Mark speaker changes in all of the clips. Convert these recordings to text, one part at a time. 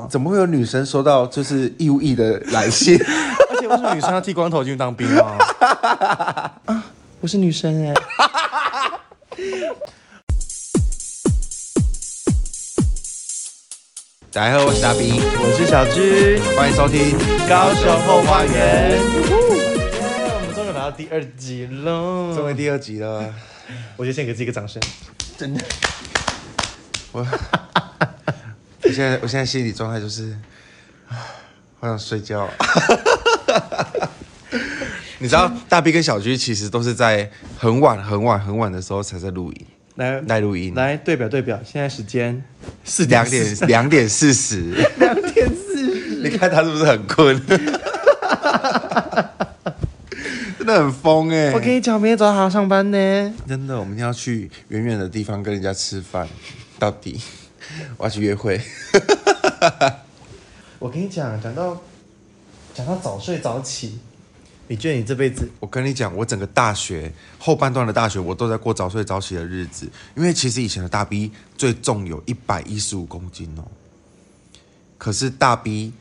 Speaker 1: 啊，
Speaker 2: 怎么会有女生收到就是义务役的来信？
Speaker 1: 而且为什么女生要剃光头进去当兵啊？啊，我是女生哎、
Speaker 2: 大家好，我是大兵，
Speaker 1: 我是小芝，
Speaker 2: 欢迎收听
Speaker 1: 高雄后花园。我们终于来到第二集了，
Speaker 2: 终于第二集了，
Speaker 1: 我就先给自己一个掌声。
Speaker 2: 真的，我我现在我现在心理状态就是， 唉好想睡觉。 你知道大 B 跟小居其实都是在很晚、很晚、很晚的时候才在录音，
Speaker 1: 来
Speaker 2: 来录音，
Speaker 1: 来对表对表，现在时间
Speaker 2: 是两 点两点四十，
Speaker 1: 两点四，
Speaker 2: 你看他是不是很困？ 真的很疯哎、
Speaker 1: 我跟你讲，明天早上还要上班呢。
Speaker 2: 真的，我们一定要去远远的地方跟人家吃饭，到底 我要去约会。
Speaker 1: 我跟你讲，讲到讲到早睡早起，你觉得你这辈子
Speaker 2: 我跟你讲，我整个大学后半段的大学，我都在过早睡早起的日子，因为其实以前的大 B 最重有一百一十五公斤哦，可是大 B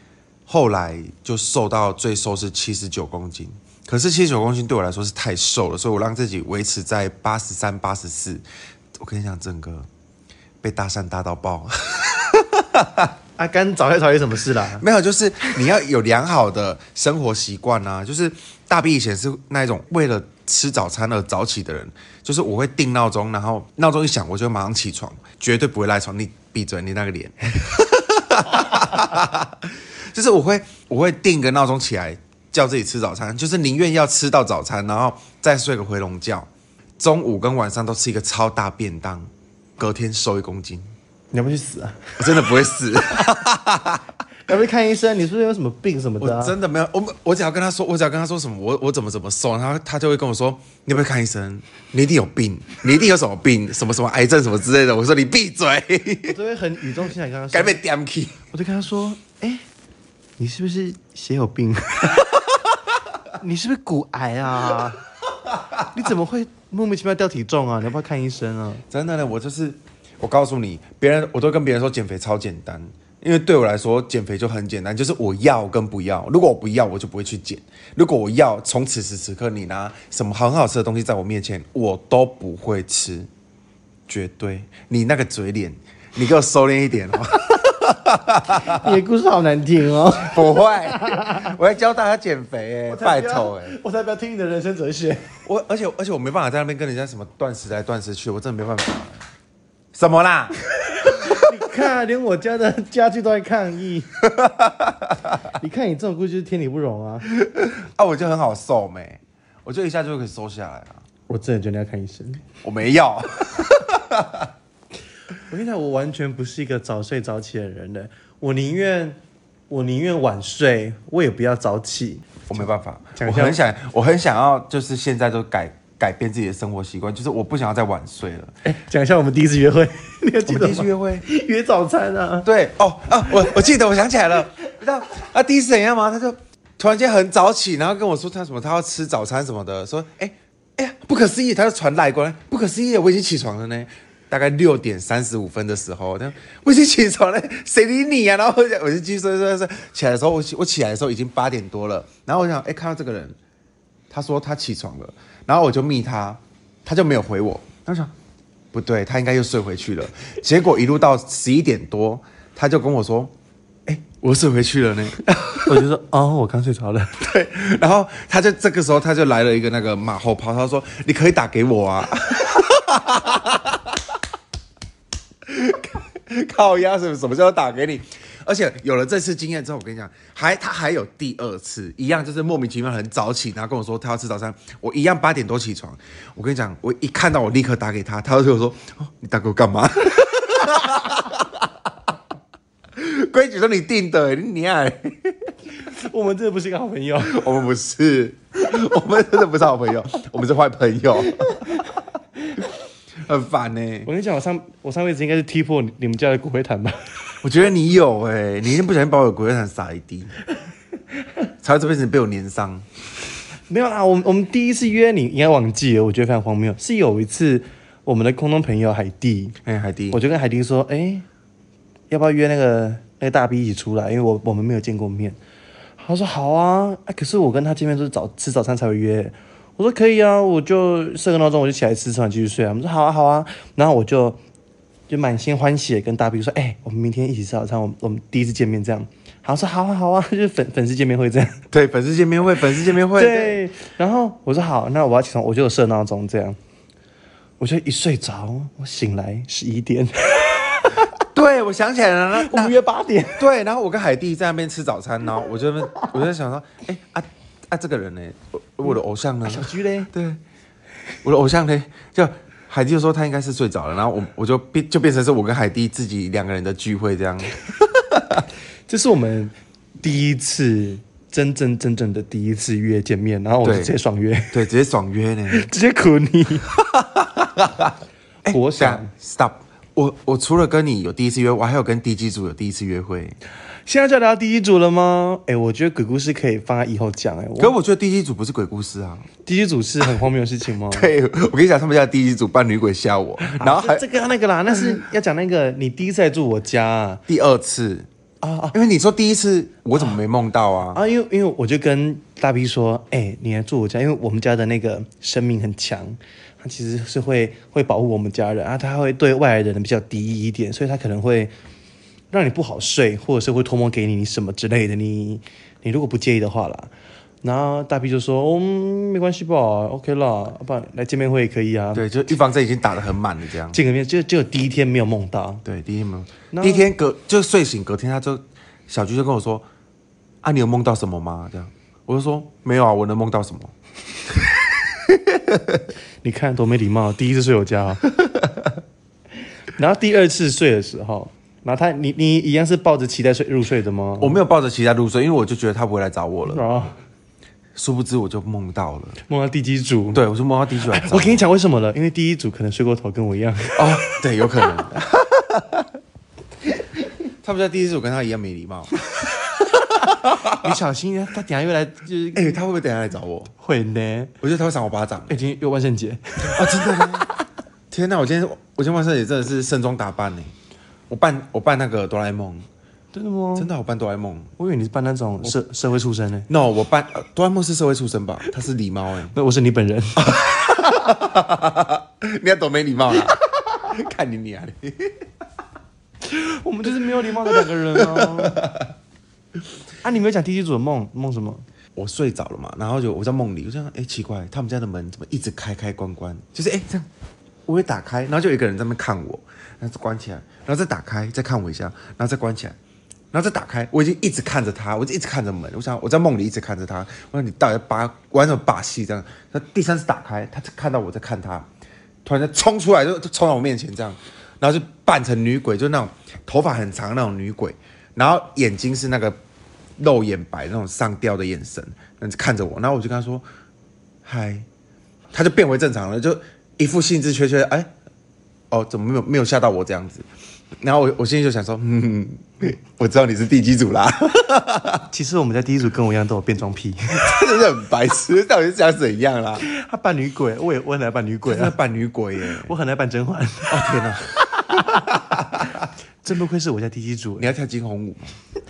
Speaker 2: 后来就瘦到最瘦是七十九公斤，可是七十九公斤对我来说是太瘦了，所以我让自己维持在八十三、八十四。我跟你讲，整个被搭讪搭到爆。
Speaker 1: 啊，干早睡早起什么事啦？
Speaker 2: 没有，就是你要有良好的生活习惯啊。就是大 B 以前是那一种为了吃早餐而早起的人，就是我会定闹钟，然后闹钟一响我就马上起床，绝对不会赖床。你闭嘴，你那个脸， 就是我会我会定个闹钟起来叫自己吃早餐，就是宁愿要吃到早餐，然后再睡个回笼觉，中午跟晚上都吃一个超大便当，隔天瘦一公斤，
Speaker 1: 你要不要去死啊？
Speaker 2: 我真的不会死。
Speaker 1: 要不要去看医生？你是不是有什么病什么的、啊
Speaker 2: 我？真的没有，我们我只要跟他说，我只要跟他说什么，我我怎么怎么瘦，然后他就会跟我说，你有没有看医生？你一定有病，你一定有什么病，什么什么癌症什么之类的。我说你闭 嘴，
Speaker 1: 我就会很语重心长地跟他
Speaker 2: 该被
Speaker 1: 说，
Speaker 2: 点起。
Speaker 1: 我就跟他说，哎、你是不是血有 病？你是不是骨癌啊？你怎么会莫名其妙掉体重啊？你要不要看医生啊？
Speaker 2: 真的呢，我就是我告诉你，别人我都跟别人说减肥超简单，因为对我来说减肥就很简单，就是我要跟不要。如果我不要，我就不会去减；如果我要，从此时此刻你拿什么很好吃的东西在我面前，我都不会吃，绝对。你那个嘴脸，你给我收敛一点哦。
Speaker 1: 你的故事好难听哦！
Speaker 2: 不会，我要教大家减肥哎、拜托哎、
Speaker 1: 我才不要听你的人生哲学。
Speaker 2: 我而且而且我没办法在那边跟人家什么断食来断食去，我真的没办法。什么 啦？
Speaker 1: 你看，连我家的家具都在抗 议。你看你这种故事就是天理不容啊！
Speaker 2: 啊，我就很好瘦没、我就一下就可以瘦下来了。
Speaker 1: 我真的觉得你要看医生。
Speaker 2: 我没要，
Speaker 1: 我跟你讲，我完全不是一个早睡早起的人呢。我宁愿我宁愿晚睡，我也不要早起。
Speaker 2: 我没办法。
Speaker 1: 讲
Speaker 2: 我
Speaker 1: 一下
Speaker 2: 很想，我很想要，就是现在就改改变自己的生活习惯，就是我不想要再晚睡了。
Speaker 1: 哎，讲一下我们第一次约会， 你还
Speaker 2: 我
Speaker 1: 记
Speaker 2: 们
Speaker 1: 得
Speaker 2: 第一次
Speaker 1: 吗？
Speaker 2: 约会，
Speaker 1: 约早餐啊！
Speaker 2: 对哦啊，我我记得，我想起来了，你知道啊，第一次怎样吗？他就突然间很早起，然后跟我说他什么，他要吃早餐什么的，说哎哎呀，不可思议，他就传来过来，不可思议，我已经起床了呢。大概六点三十五分的时候，他我已经起床了，谁理你呀、啊？然后我就我就继续睡睡睡，起来的时候我起我起来的时候已经八点多了，然后我想哎看到这个人，他说他起床了，然后我就密他，他就没有回我。然后我想不对，他应该又睡回去了。结果一路到十一点多，他就跟我说：“哎、我睡回去了呢。
Speaker 1: 我就说，哦，我刚睡着了。”
Speaker 2: 对，然后他就这个时候他就来了一个那个马后炮，他说：“你可以打给我啊。” 靠压什么什么叫打给你？而且有了这次经验之后，我跟你讲，还他还有第二次，一样就是莫名其妙很早起，然后跟我说他要吃早餐，我一样八点多起床。我跟你讲，我一看到我立刻打给他，他就对我说：“哦，你打给我干嘛？” 规矩都你定的，你你爱。
Speaker 1: 我们真的不是一个好朋友。
Speaker 2: 我们不是，我们真的不是好朋友， 我们是坏朋友， 很烦欸呢、
Speaker 1: 我跟你讲，我上我上辈子应该是踢破你你们家的骨灰坛吧？
Speaker 2: 我觉得你有哎、你一定不小心把我的骨灰坛撒一地，才会这辈子被我粘伤。
Speaker 1: 没有啦，我们我们第一次约你应该忘记了，我觉得非常荒谬。是有一次我们的空中朋友海蒂，
Speaker 2: 哎、海蒂，
Speaker 1: 我就跟海蒂说，哎、要不要约那个那个大 B 一起出来，因为我我们没有见过面。他说好啊，啊可是我跟他见面都是早吃早餐才会约。我说可以啊，我就设个闹钟，我就起来吃，吃完继续睡啊。我们说好啊好啊，然后我就就满心欢喜的跟大 B 说，哎、我们明天一起吃早餐，我们我们第一次见面这样。他说好啊好啊， 就是粉粉丝见面会这样。
Speaker 2: 对，粉丝见面会，粉丝见面会，
Speaker 1: 对，然后我说好，那我要起床，我就有设闹钟这样。我就一睡着，我醒来十一点，
Speaker 2: 对，我想起来了，那
Speaker 1: 我们约八点。
Speaker 2: 对，然后我跟海蒂在那边吃早餐，然后我就在那边， 我就在想说，哎、啊啊，这个人呢、我我的偶像呢？
Speaker 1: 啊小居嘞，
Speaker 2: 对，我的偶像呢？就海蒂就说他应该是睡着了，然后我我就变就变成是我跟海蒂自己两个人的聚会这 样。
Speaker 1: 这是我们第一次真真正正的第一次约见面，然后我就
Speaker 2: 对
Speaker 1: 直接爽约，
Speaker 2: 对，直接爽约呢。
Speaker 1: 直接苦 你。
Speaker 2: 哎等
Speaker 1: 我
Speaker 2: 一下
Speaker 1: 想
Speaker 2: stop，我我除了跟你有第一次约，我还有跟地基组有第一次约会。
Speaker 1: 现在就要聊第一组了吗？哎、我觉得鬼故事可以放在以后讲、哎，
Speaker 2: 可是
Speaker 1: 我
Speaker 2: 我觉得地基组不是鬼故事啊。
Speaker 1: 第一组是很荒谬的事情吗？
Speaker 2: 对，我跟你讲，他们家的地基组扮女鬼吓我， 然后
Speaker 1: 啊
Speaker 2: 还
Speaker 1: 这这个啊那个啦，那是要讲那个你第一次来住我家啊
Speaker 2: 第二次，
Speaker 1: 啊啊
Speaker 2: 因为你说第一次，我怎么没梦到啊？
Speaker 1: 啊！因为因为我就跟大 B 说，哎、你来住我家，因为我们家的那个生命很强，他其实是会会保护我们家人啊，他会对外来的人比较敌意一点，所以他可能会让你不好睡，或者是会偷摸给你什么之类的。你你如果不介意的话啦，然后大 B 就说，哦嗯，没关系吧，OK 啦，要不然来见面会也可以啊。
Speaker 2: 对，就预防针已经打得很满了，这样。
Speaker 1: 见个面就就第一天没有梦到，
Speaker 2: 对，第一天没有
Speaker 1: 那
Speaker 2: 第一天隔就睡醒，隔天他就小菊就跟我说：“啊，你有梦到什么吗？”这样，我就说：“没有啊，我能梦到什么
Speaker 1: 你看多没礼貌，第一次睡我家、 哦。然后第二次睡的时候，然后他你你一样是抱着期待睡入睡的吗？？”
Speaker 2: 我没有抱着期待入睡，因为我就觉得他不会来找我了。
Speaker 1: 然后
Speaker 2: 殊不知我就梦到了，
Speaker 1: 梦到第几 组？
Speaker 2: 对我就梦到地基组来找
Speaker 1: 我跟你讲为什么了，因为第一组可能睡过头，跟我一样。
Speaker 2: 哦，对，有可能。 他们在第一组跟他一样没礼貌。
Speaker 1: 你小心，啊他等下又来就是、
Speaker 2: 哎、他会不会等一下来找我？
Speaker 1: 会呢。
Speaker 2: 我觉得他会赏我巴掌。
Speaker 1: 已经哎又万圣节，
Speaker 2: 啊，真的吗？天哪！我今天我今天万圣节真的是盛装打扮呢，我扮我扮那个哆啦 A 梦，
Speaker 1: 真的吗？
Speaker 2: 真的我扮哆啦 A 梦。
Speaker 1: 我以为你是扮那种社社会畜生呢。
Speaker 2: No，我扮呃哆啦 A 梦是社会出身 吧？他是狸猫哎，
Speaker 1: 那我是你本人，
Speaker 2: 你要多没礼貌啊啦！ 看你娘的！
Speaker 1: 我们就是没有礼貌的两个人啊。 啊，你没有讲第几组的梦梦什么？
Speaker 2: 我睡着了嘛，然后就我在梦里，我就想，哎、奇怪，他们家的门怎么一直开开关关？就是哎、诶这样，我会打开，然后就有一个人在那边看我，然后就关起来，然后再打开，再看我一下，然后再关起来，然后再打开，我已经一直看着他，我就一直看着门，我想我在梦里一直看着他，我说你到底在把玩什么把戏这样？那第三次打开，他看到我在看他，突然就冲出来，就就冲到我面前这样，然后就扮成女鬼，就那种头发很长那种女鬼，然后眼睛是那个肉眼白那种上吊的眼神，然后就看着我，然后我就跟他说嗨，他就变回正常了，就一副兴致缺缺，哎，哦，怎么没有没有吓到我这样子？然后我我心里就想说， 嗯，我知道你是地基组啦，
Speaker 1: 其实我们在第一组跟我一样都有变装 癖。
Speaker 2: 真的很白痴，到底是想怎样啦？
Speaker 1: 他扮女鬼，我也我很来扮女鬼
Speaker 2: 真的
Speaker 1: 啊，
Speaker 2: 扮女鬼耶！
Speaker 1: 我很来扮甄嬛，
Speaker 2: 哦天 哪，
Speaker 1: 真不愧是我家第一组
Speaker 2: 你。要跳惊鸿舞吗？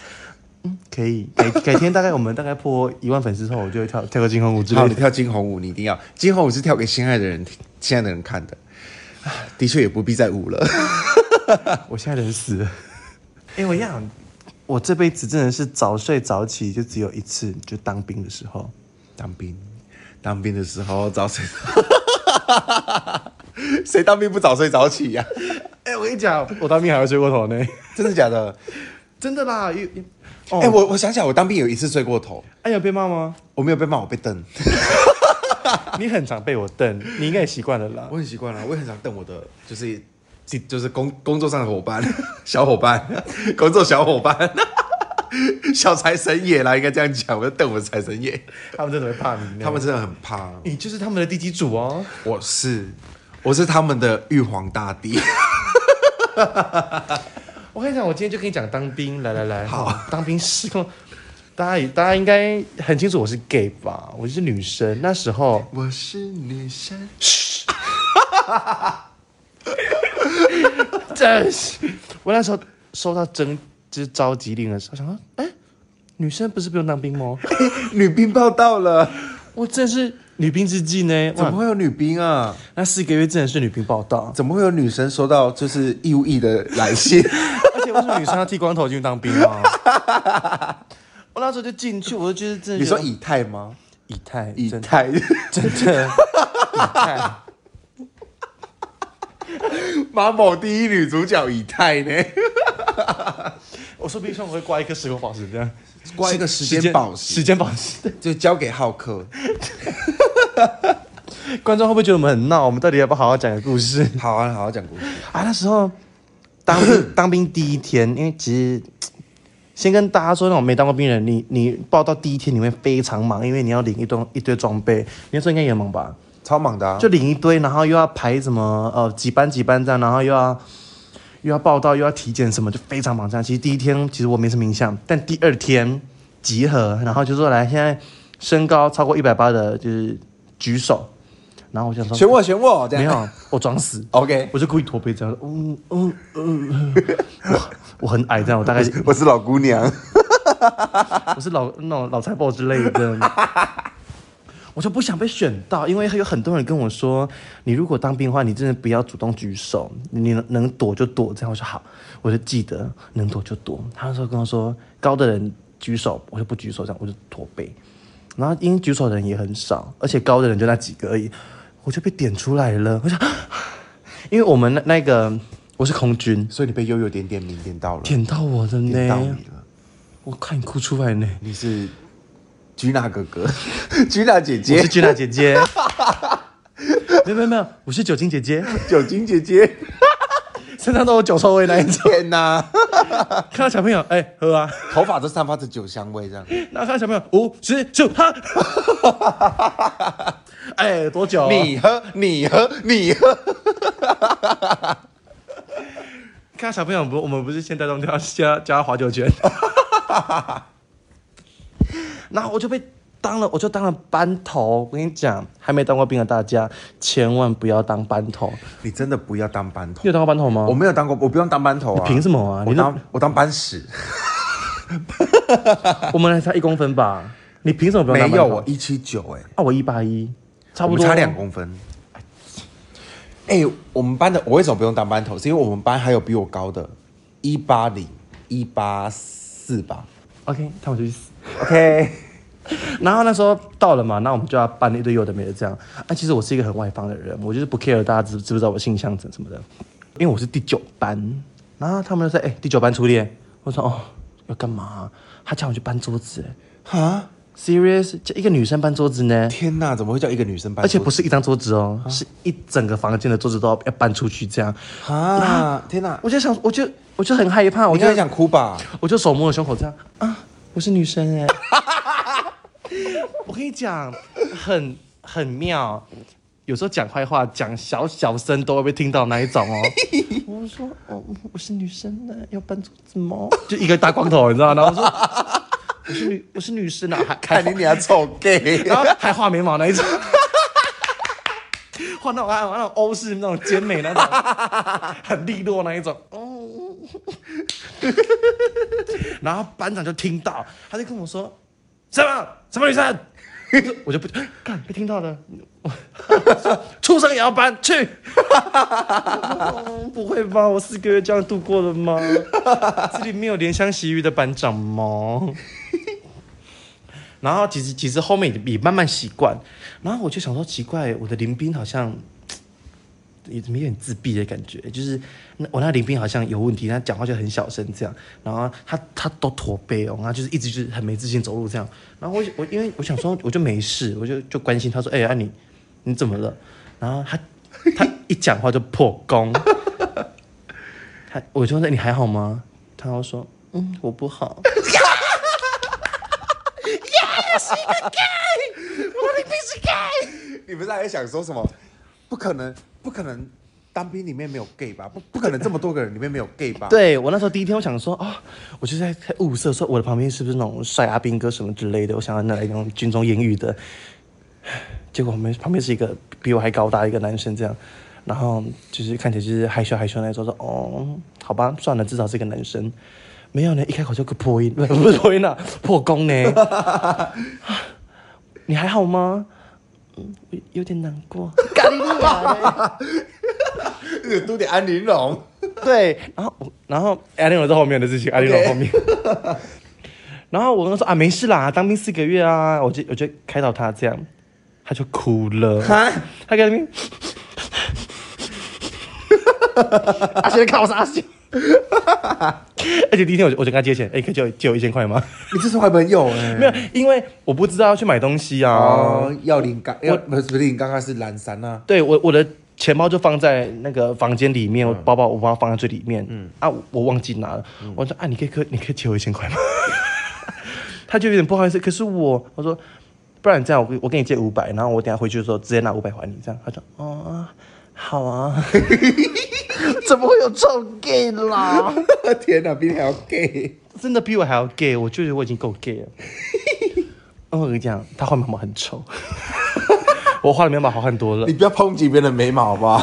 Speaker 1: 可以改改天大概我们大概破一万粉丝后，我就会跳跳个金鸿舞之
Speaker 2: 好，
Speaker 1: 类
Speaker 2: 你
Speaker 1: 的。
Speaker 2: 跳惊鸿舞，你一定要。惊鸿舞是跳给心爱的人听，心爱的人看的。啊的确也不必再舞了。
Speaker 1: 我现在人死了。 哎、我一样，我这辈子真的是早睡早起，就只有一次，就当兵的时候。
Speaker 2: 当兵，当兵的时候早睡， 谁当兵不早睡早起呀、
Speaker 1: 哎、我跟你讲，我当兵还会睡过头 呢，
Speaker 2: 真的假的？
Speaker 1: 真的啦。因因
Speaker 2: 哎、
Speaker 1: 哦，
Speaker 2: 我我想起来，我当兵有一次睡过头，
Speaker 1: 哎、有被骂吗？
Speaker 2: 我没有被骂，我被瞪。
Speaker 1: 你很常被我瞪，你应该也习惯了啦
Speaker 2: 我。很习惯了，啊我也很常瞪我的，就是就是工工作上的伙伴、小伙伴、工作小伙伴、小财神爷啦，应该这样讲，我就瞪我的财神爷，
Speaker 1: 他们真的会怕你呢，
Speaker 2: 他们真的很怕。
Speaker 1: 你就是他们的第几组哦。
Speaker 2: 我是我是他们的玉皇大帝，
Speaker 1: 我跟你讲，我今天就跟你讲当兵，来来来，
Speaker 2: 好，
Speaker 1: 当兵是个，大家也大家应该很清楚我是 gay 吧，我是女生，那时候
Speaker 2: 我是女生。
Speaker 1: 真是，我那时候收到征就是召集令的时候，想说，哎、女生不是不用当兵吗？
Speaker 2: 女兵报道了，
Speaker 1: 我真是女兵之计呢，
Speaker 2: 怎
Speaker 1: 哇
Speaker 2: 么，会有女兵啊？
Speaker 1: 那四个月真的是女兵报道，
Speaker 2: 怎么会有女生收到就是义务役的来 信？
Speaker 1: 而且为什么女生要剃光头进去当兵啊？ 我那时候就进去，我就觉得真的
Speaker 2: 你说
Speaker 1: 觉得
Speaker 2: 以太吗？
Speaker 1: 以太
Speaker 2: 以
Speaker 1: 真的
Speaker 2: 太，
Speaker 1: 真 的以太，
Speaker 2: 马某第一女主角以太 呢？
Speaker 1: 我说不定上我会挂一颗时光宝石这样，
Speaker 2: 挂一个时间宝
Speaker 1: 时
Speaker 2: 石，
Speaker 1: 间宝石。
Speaker 2: 就交给浩克。
Speaker 1: 观众会不会觉得我们很闹？我们到底要不要好好讲个故事
Speaker 2: 好啊，好好讲故事。
Speaker 1: 啊？那时候当 兵当兵第一天，因为其实。先跟大家说，那种没当过兵的人，你你报到第一天你会非常忙，因为你要领一堆一堆装备。你那时候应该也忙吧？
Speaker 2: 超猛的、啊，
Speaker 1: 就领一堆，然后又要排什么呃几班几班这样，然后又要又要报道，又要体检什么，就非常忙这样。其实第一天其实我没什么印象，但第二天集合，然后就说来现在身高超过一百八的，就是举手。然后我想说
Speaker 2: 选我选我这
Speaker 1: 没
Speaker 2: 样。
Speaker 1: 有，啊我装死，
Speaker 2: OK，
Speaker 1: 我就故意驼背这样，嗯嗯嗯， 我我很矮这样，我大概
Speaker 2: 我是老姑 娘，
Speaker 1: 我是老那种老菜包之类的。 我就不想被选到，因为有很多人跟我说，你如果当兵的话，你真的不要主动举手，你能能躲就躲。这样我说好，我就记得能躲就躲。他那时候跟我说，高的人举手，我就不举手，这样我就驼背。然后因为举手的人也很少，而且高的人就那几个而已，我就被点出来了。我想，啊因为我们那那个我是空军，
Speaker 2: 所以你被悠悠点点名点到了，
Speaker 1: 点到我的
Speaker 2: 点到
Speaker 1: 呢
Speaker 2: 你，了。
Speaker 1: 我看你哭出来呢。
Speaker 2: 你是菊娜哥哥， 菊娜姐
Speaker 1: 我
Speaker 2: 姐
Speaker 1: 是，君娜姐姐。 没有没有没有，我是酒精姐姐，
Speaker 2: 酒精姐姐。
Speaker 1: 身上都有酒臭味那一种。
Speaker 2: 天哪、
Speaker 1: 看到小朋友，哎、喝啊！
Speaker 2: 头发都散发着酒香味，这样。
Speaker 1: 然后看到小朋友，五十九 哈，哎、多久、
Speaker 2: 你喝，你喝，你喝。
Speaker 1: 看到小朋友，不，我们不是先带动他加加划酒 圈。然后我就被当了，我就当了班头。我跟你讲，还没当过兵的大家，千万不要当班头。
Speaker 2: 你真的不要当班头
Speaker 1: 你，有当过班头吗？
Speaker 2: 我没有当过，我不用当班头啊。
Speaker 1: 凭什么啊？
Speaker 2: 我
Speaker 1: 你那
Speaker 2: 当我当班屎，
Speaker 1: 我们还差一公分吧？你凭什么不要
Speaker 2: 没
Speaker 1: 当班
Speaker 2: 有
Speaker 1: 头？
Speaker 2: 我一七九哎，
Speaker 1: 啊，我一八一，差
Speaker 2: 我
Speaker 1: 不
Speaker 2: 们
Speaker 1: 多
Speaker 2: 差两公分。哎、我们班的我为什么不用当班头？是因为我们班还有比我高的，一八零、一八四吧。
Speaker 1: OK，他们就去死。
Speaker 2: OK，
Speaker 1: 然后那时候到了嘛，那我们就要办一堆有的没的这样。啊，其实我是一个很外放的人，我就是不 care 大家知知不知道我性向怎什么的，因为我是第九班。然后他们就说：“哎、第九班初恋。”我说：“哦，要干嘛、他叫我去搬桌子、
Speaker 2: 啊，
Speaker 1: s e r i o u s 叫一个女生搬桌子呢，
Speaker 2: 天哪，怎么会叫一个女生班？
Speaker 1: 而且不是一张桌子哦，是一整个房间的桌子都要要搬出去这样。
Speaker 2: 啊，天哪，
Speaker 1: 我就想，我就我就很害怕，
Speaker 2: 我
Speaker 1: 我
Speaker 2: 应
Speaker 1: 就
Speaker 2: 该想哭吧？
Speaker 1: 我就手摸着胸口这样啊，我是女生 哎、我跟你讲，很很妙，有时候讲坏话，讲小小声都会被听到那一种 哦。我就说哦，我是女生呢，要搬桌子吗？就一个大光头，你知道吗？然后我说 我是女，我是女生啊，还
Speaker 2: 看
Speaker 1: 还
Speaker 2: 你俩臭 gay，
Speaker 1: 然后还画眉毛那一种。 画那种还有那种欧式那种健美那种，很利落那一种。哦，然后班长就听到，他就跟我说：“什么什么女生？”我就我就不干被听到了， 我畜生也要搬去、哦不会吧？我四个月这样度过了吗？这里没有怜香惜玉的班长吗？然后其实其实后面也也慢慢习惯，然后我就想说奇怪，我的林斌好像也怎么有点自闭的感觉，就是那我那林斌好像有问题，他讲话就很小声这样，然后他他都驼背哦，然后就是一直就是很没自信走路这样，然后我我因为我想说我就没事，我就就关心他说，哎、啊你你怎么了？然后他他一讲话就破功。他我就说你还好吗？他就说嗯我不好。
Speaker 2: 你不是还想说什么？不可能，不可能，当兵里面没有 gay 吧？不，不可能这么多个人里面没有 gay 吧？
Speaker 1: 对我那时候第一天，我想说啊、我就在在物色，说我的旁边是不是那种帅阿兵哥什么之类的，我想要那来那种军中艳遇的。结果我们旁边是一个比我还高大的一个男生，这样，然后就是看起来就是害羞害羞那种，说哦，好吧，算了，至少是个男生。没有呢，一开口就个破音，不是不是破音啊，破功呢。啊你还好吗？嗯，我有点难过。咖喱啊！
Speaker 2: 有都得安玲 珑，
Speaker 1: 对，然后我，然后阿玲珑在后面的事情，阿玲珑后面。 然后我跟他说啊，没事啦，当兵四个月啊，我就我就开导他这样，他就哭了。
Speaker 2: 哈
Speaker 1: 他跟那边，
Speaker 2: 啊
Speaker 1: 阿贤看我是阿贤，而且第一天我就我就跟他借钱，哎、可以借我借我一千块吗？
Speaker 2: 你这是坏朋友哎、
Speaker 1: 没有，因为我不知道要去买东西啊。
Speaker 2: 哦，要领刚要不是不是领刚刚是蓝山啊呐、
Speaker 1: 对我我的钱包就放在那个房间里面，我包包我把它放在最里面。嗯啊，我我忘记拿了。我说啊，你可以可你可以借我一千块吗？ 他就有点不好意思，可是我我说，不然这样，我给我给你借五百，然后我等下回去的时候直接拿五百还你，这样他说哦，好啊， 怎么会有这种 gay 啦？
Speaker 2: 天哪，比你还要 gay，
Speaker 1: 真的比我还要 gay，我就觉得我已经够 gay 了。 哦我跟你讲，他画眉毛很丑， 我画的眉毛好很多了
Speaker 2: 你。不要抨击别人的眉毛好不好？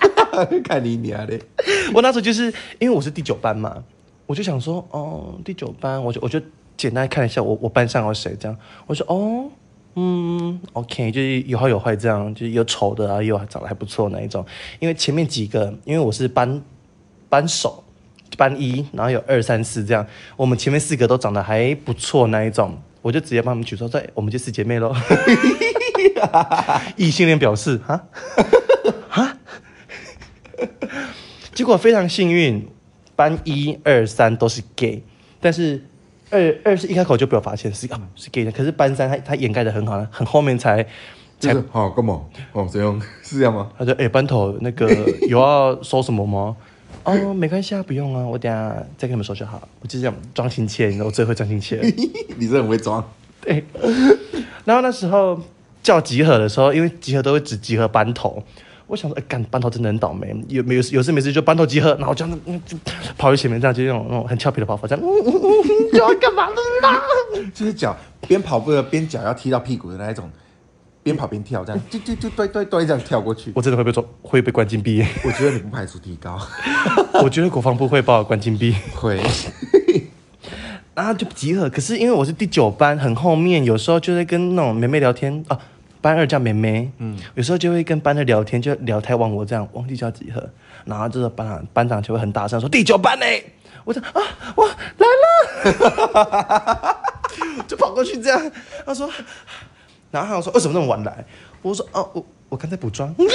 Speaker 2: 看你娘嘞！
Speaker 1: 我那时候就是因为我是第九班嘛，我就想说，哦，第九班，我就我就简单看一下我我班上有谁这样，我说哦，嗯，OK，就是有好有坏这样，就是有丑的啊，也有长得还不错那一种。因为前面几个，因为我是班班首。班一，然后有二三四这样，我们前面四个都长得还不错那一种，我就直接帮他们举手说，在哎我们就四姐妹喽。异性恋表示啊， 结果非常幸运，班一二三都是 gay，但是二二是一开口就被我发现是啊是 gay 的，可是班三他他掩盖的很好，很后面才
Speaker 2: 就
Speaker 1: 才
Speaker 2: 是好干嘛？哦，怎样？是这样吗？
Speaker 1: 他说哎、班头那个有要收什么吗？哦，没关系啊，不用啊，我等一下再跟你们说就好。我就这样装亲切，你知道我最会装亲切了。
Speaker 2: 你这很会装。
Speaker 1: 对， 然后那时候叫集合的时候，因为集合都会只集合班头，我想说，哎、干班头真的很倒霉，有没有有事没事就班头集合，然后这样子、嗯、就跑去前面，这样就那种那种很俏皮的跑法，这样，嗯嗯嗯嗯，就要干嘛了啦？
Speaker 2: 就是脚边跑步的边脚要踢到屁股的那一种，边跑边跳这样， 就就就对对对这样跳过去。
Speaker 1: 我真的会被抓，会被关禁闭。
Speaker 2: 我觉得你不排除提高，
Speaker 1: 我觉得国防部会把我关禁闭。
Speaker 2: 会
Speaker 1: 然后啊就集合。可是因为我是第九班，很后面，有时候就会跟那种妹妹聊天啊，班二叫妹妹，嗯，有时候就会跟班二聊天，就聊太忘我这样，忘记叫集合。然后这个班长班长就会很大声说：“第九班嘞！”我就啊，我来了， 就跑过去这样。他说，然后他说：“为、什么那么晚来？”我说：“哦、我我刚才补妆。”
Speaker 2: 你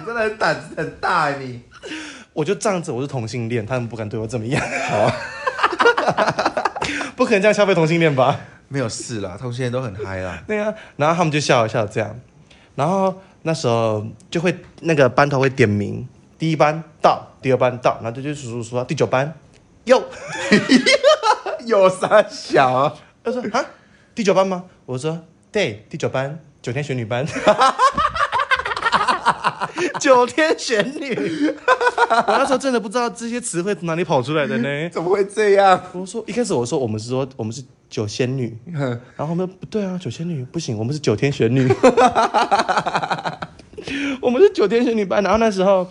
Speaker 2: 真的很胆子很大哎你。
Speaker 1: 我就仗着我是同性恋，他们不敢对我怎么样。 不可能这样消费同性恋吧？
Speaker 2: 没有事啦，同性恋都很嗨啦。
Speaker 1: 对啊，然后他们就笑一笑这样，然后那时候就会那个班头会点名，第一班到，第二班到，然后就就数数数到第九班，哟，
Speaker 2: 有啥小、啊？
Speaker 1: 他说啊，第九班吗？我说对，第九班，九天玄女班，九天玄女，我那时候真的不知道这些词汇从哪里跑出来的呢。
Speaker 2: 怎么会这样？
Speaker 1: 我说一开始我说我们是说我们是九仙女，然后他们说不对啊，九仙女不行，我们是九天玄女， 我们是九天玄女班。然后那时候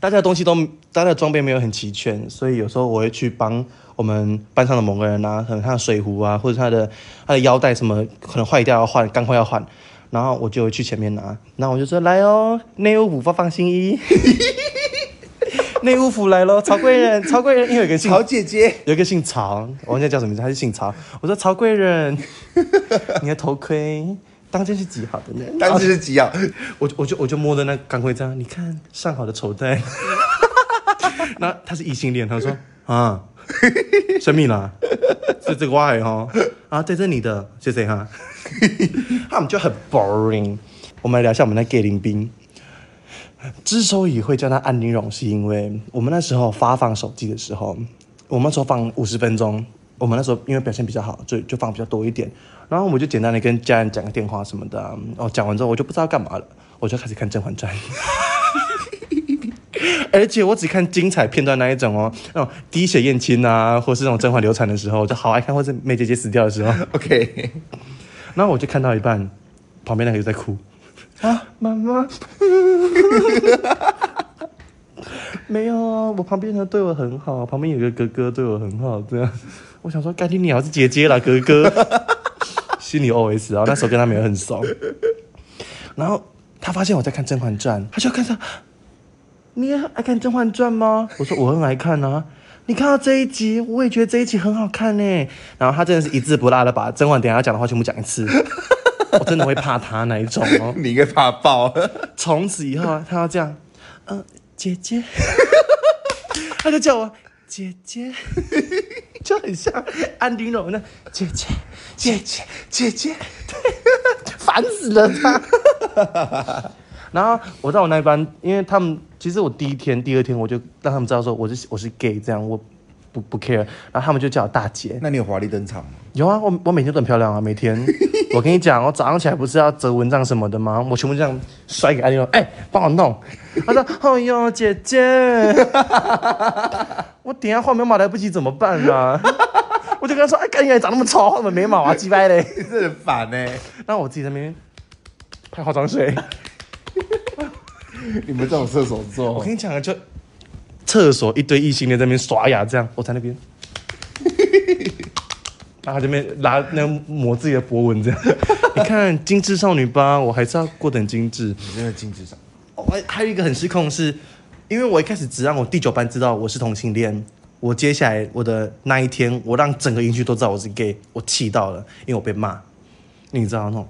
Speaker 1: 大家的东西都大家的装备没有很齐全，所以有时候我会去帮我们班上的某个人啊，可能他的水壶啊，或者他的他的腰带什么可能坏掉要换，钢盔要换。然后我就会去前面拿，然后我就说来哦，内务府发放新衣，内务府来咯，曹贵人，曹贵人，因为有一个姓
Speaker 2: 好姐姐，
Speaker 1: 有一个姓曹，我忘记他叫什么名字，他是姓曹。我说曹贵人， 你的头盔当真是极好的呢。
Speaker 2: 当时是几 啊？
Speaker 1: 我就我就我就摸着那钢盔这样，你看上好的绸带。 那他是异性恋，他说啊，生命啦，是这个外哦，啊，对，这是你的，谢谢哈。 他们就很 boring。我们来聊一下我们的 gay 林兵。之所以会叫他安陵容，是因为我们那时候发放手机的时候，我们那时候放五十分钟，我们那时候因为表现比较好，所以就放比较多一点。然后我就简单的跟家人讲个电话什么的、啊，哦，讲完之后我就不知道干嘛了，我就开始看《甄嬛传》。 而且我只看精彩片段那一种哦，那种滴血验亲啊，或是那种甄嬛流产的时候，我就好爱看，或是梅姐姐死掉的时候。
Speaker 2: OK，
Speaker 1: 然后我就看到一半，旁边那个就在哭，啊，妈妈。 没有啊，我旁边的对我很好，旁边有一个哥哥对我很好，这样。我想说，干你鸟是姐姐啦，哥哥。心里 OS，然后那时候跟他没有很熟，然后他发现我在看《甄嬛传》，他就看上，你也爱看《甄嬛传》吗？我说我很爱看啊。你看到这一集，我也觉得这一集很好看呢。然后他真的是一字不落的把甄嬛等一下要讲的话全部讲一次，我真的会怕他那一种哦。
Speaker 2: 你应该怕爆。
Speaker 1: 从此以后啊，他要这样，嗯、姐姐， 他就叫我姐姐， 就很像安陵容那姐姐，姐姐，姐姐，对， 烦死了他。 然后我在我那一班，因为他们其实我第一天、第二天我就让他们知道说我是我是 gay 这样，我不不 care，然后他们就叫我大姐。
Speaker 2: 那你有华丽登场吗？
Speaker 1: 有啊，我我每天都很漂亮啊，每天。我跟你讲，我早上起来不是要折蚊帐什么的吗？我全部这样甩给安利说：“哎、帮我弄。”他说：“哎呦，姐姐，我等一下画眉毛来不及怎么办啊？”我就跟他说：“哎，赶紧长那么丑，画什么眉毛啊，鸡掰嘞
Speaker 2: 你真的很烦欸呢、！”
Speaker 1: 然后我自己在那边拍化妆水。
Speaker 2: 你们这种射手
Speaker 1: 我
Speaker 2: 座，
Speaker 1: 跟你讲，啊就厕所一堆异性恋在那边刷牙，这样我在 那边，然后他这边拿那抹自己的博文这样。 你看精致少女吧，我还是要过得很精致。
Speaker 2: 你真的精致上。
Speaker 1: 我还有一个很失控是，因为我一开始只让我第九班知道我是同性恋，我接下来我的那一天，我让整个营区都知道我是 gay，我气到了，因为我被骂。你知道那种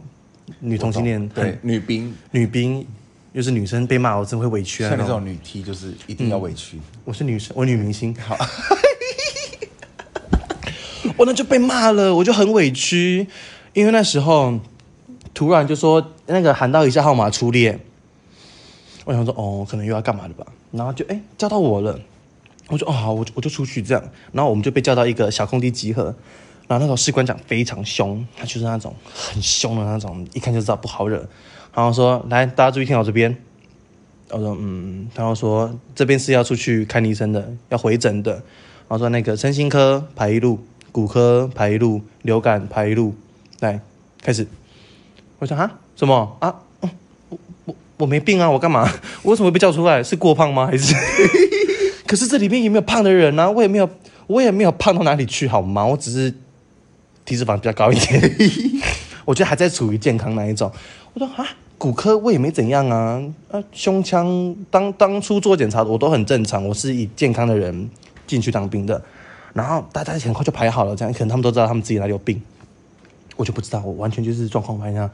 Speaker 1: 女同性恋
Speaker 2: 对，女兵，
Speaker 1: 女兵，又是女生被骂，我真的会委屈啊
Speaker 2: 像你
Speaker 1: 那
Speaker 2: 这
Speaker 1: 种。
Speaker 2: 种女 T 就是一定要委屈。
Speaker 1: 我是女生，我女明星。好， 我那就被骂了，我就很委屈，因为那时候突然就说那个喊到一下号码出列，我想说哦，可能又要干嘛了吧，然后就哎叫到我了，我就哦好，我就我就出去这样，然后我们就被叫到一个小空地集合。然后那时候士官长非常凶，他就是那种很凶的那种，一看就知道不好惹。然后说：“来，大家注意听好这边，我说嗯，然后说这边是要出去看医生的，要回诊的。然后说那个身心科排一路，骨科排一路，流感排一路，来开始。我想啊，什么啊？嗯我我我没病啊，我干嘛？ 我为什么会被叫出来？是过胖吗？还是？ 可是这里面也没有胖的人啊，我也没有，我也没有胖到哪里去，好吗？我只是体脂肪比较高一点，我觉得还在处于健康那一种。我说啊，骨科我也没怎样啊，啊，胸腔当当初做检查我都很正常，我是以健康的人进去当兵的，然后大家很快就排好了，这样可能他们都知道他们自己哪里有病，我就不知道，我完全就是状况外向，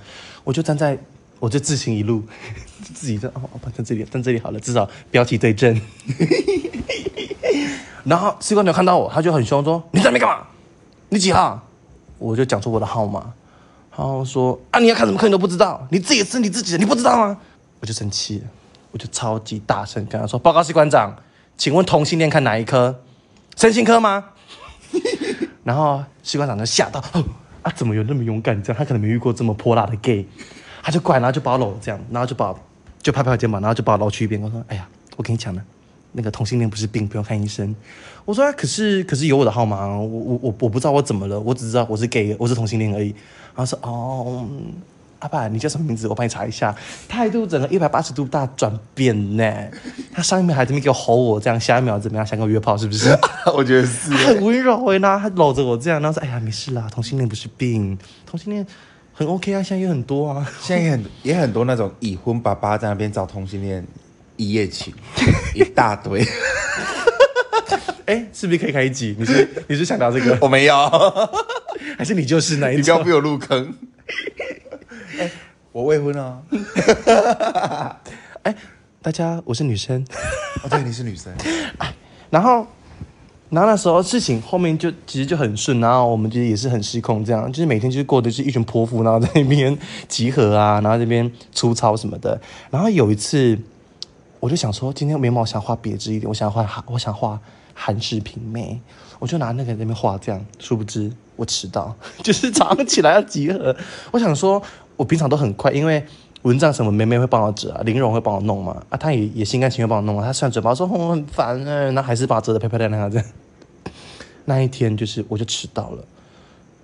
Speaker 1: 我就站在，我就自行一路，自己就哦，哦站这里，站这里好了，至少标题对正。然后士官长看到我，他就很凶说：“你在那边干嘛？你几号？”我就讲出我的号码，然后说：“啊，你要看什么课你都不知道，你自己是你自己的，你不知道吗？”我就生气了，我就超级大声跟他说：“报告士官长，请问同性恋看哪一科？身心科吗？”然后士官长就吓到，哦，啊，怎么有那么勇敢这样？他可能没遇过这么泼辣的 gay，他就过来，然后就把我搂这样，然后就把我就拍拍我肩膀，然后就把我搂去一边，我说：“哎呀，我跟你讲了。”那个同性恋不是病，不用看医生。我说、啊、可是可是有我的号码啊，我我我我不知道我怎么了，我只知道我是 gay，我是同性恋而已。然后说哦，嗯阿爸你叫什么名字？我帮你查一下。态度整个一百八十度大转变呢。他上一秒还在那边给我吼我这样，下一秒怎么样？想跟我约炮是不是？
Speaker 2: 我觉得是
Speaker 1: 他很温柔哎、然后他搂着我这样，然后说哎呀没事啦，同性恋不是病，同性恋很 OK 啊，现在有很多啊。
Speaker 2: 现在也很也很多那种已婚爸爸在那边找同性恋一夜 情，一大堆。
Speaker 1: 哎、是不是可以开一集？你是你是想聊这 个，
Speaker 2: 我没有，
Speaker 1: 还是你就是那一
Speaker 2: 你不要
Speaker 1: 种
Speaker 2: 逼？我入坑。哎我未婚啊！
Speaker 1: 哎、大家我是女生。
Speaker 2: 哦，对，你是女生，
Speaker 1: 然后，然后那时候事情后面就其实就很顺，然后我们就也是很失控，这样就是每天就是过的是一群泼妇，然后在那边集合啊，然后这边粗糙什么的。 然后有一次，我就想说，今天眉毛想画别致一点，我想画韩，我想画韩式平眉，我就拿那个在那边画，这样，殊不知我迟到， 就是早上起来要集合。我想说，我平常都很快，因为蚊帐什么梅梅会帮我折啊，玲珑会帮我弄嘛，啊，她也也心甘情愿帮我弄啊，她虽然嘴巴说哦很烦啊，然后还是把它折的漂漂亮亮的这样。 那一天就是我就迟到了。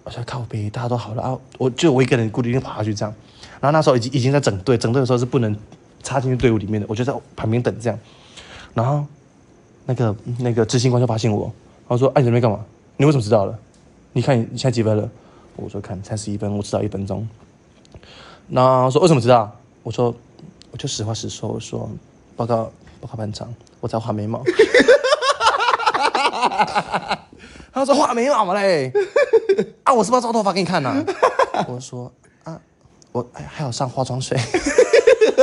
Speaker 1: 我说靠北，大家都好了啊，我就我一个人孤零零跑下去这样。然后那时候已经已经在整队，整队的时候是不能插进去队伍里面的，我就在旁边等这样。然后那个那个执行官就发现我，然后说：“哎、你在那边干嘛？你为什么迟到了？你看你现在几分了？”我说：“看三十一分，我迟到一分钟。”那说为什么迟到？我说：“我就实话实说，我说报告报告班长，我在画眉毛。” 他说画眉毛嘞，啊，我是不是要照头发给你看呐、我说啊，我还还有上化妆水，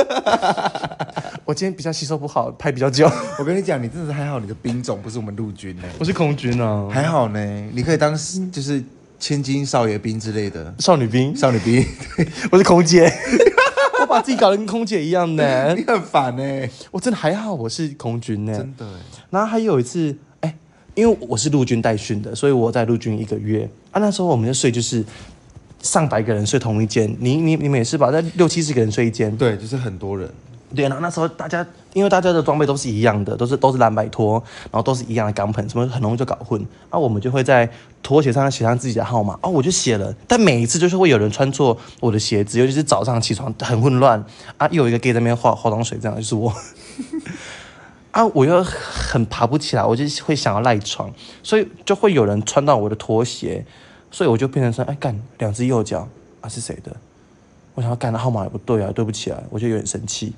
Speaker 1: 我今天比较吸收不好，拍比较久。
Speaker 2: 我跟你讲，你真的是还好，你的兵种不是我们陆军 呢、
Speaker 1: 我是空军啊，
Speaker 2: 还好呢，你可以当就是千金少爷兵之类的
Speaker 1: 少女兵，
Speaker 2: 少女兵，对
Speaker 1: 我是空姐， 我把自己搞得跟空姐一样 呢。
Speaker 2: 你很烦欸呢、
Speaker 1: 我真的还好，我是空军呢。
Speaker 2: 真的欸、
Speaker 1: 然后还有一次，哎、因为我是陆军代训的，所以我在陆军一个月啊。那时候我们就睡就是上百个人睡同一间，你你你们也是吧？那六七十个人睡一间。
Speaker 2: 对，就是很多人，
Speaker 1: 对，啊然后那时候大家因为大家的装备都是一样的，都是都是蓝白拖，然后都是一样的钢盆，什么很容易就搞混。啊，我们就会在拖鞋上写上自己的号码。哦，我就写了，但每一次就是会有人穿错我的鞋子，尤其是早上起床很混乱啊，又有一个 gay 在那边化化妆水，这样就是我。 啊，我又很爬不起来，我就会想要赖床，所以就会有人穿到我的拖鞋，所以我就变成说，哎干，两只右脚啊是谁的？我想要干的号码也不对啊，对不起啊，我就有点生气，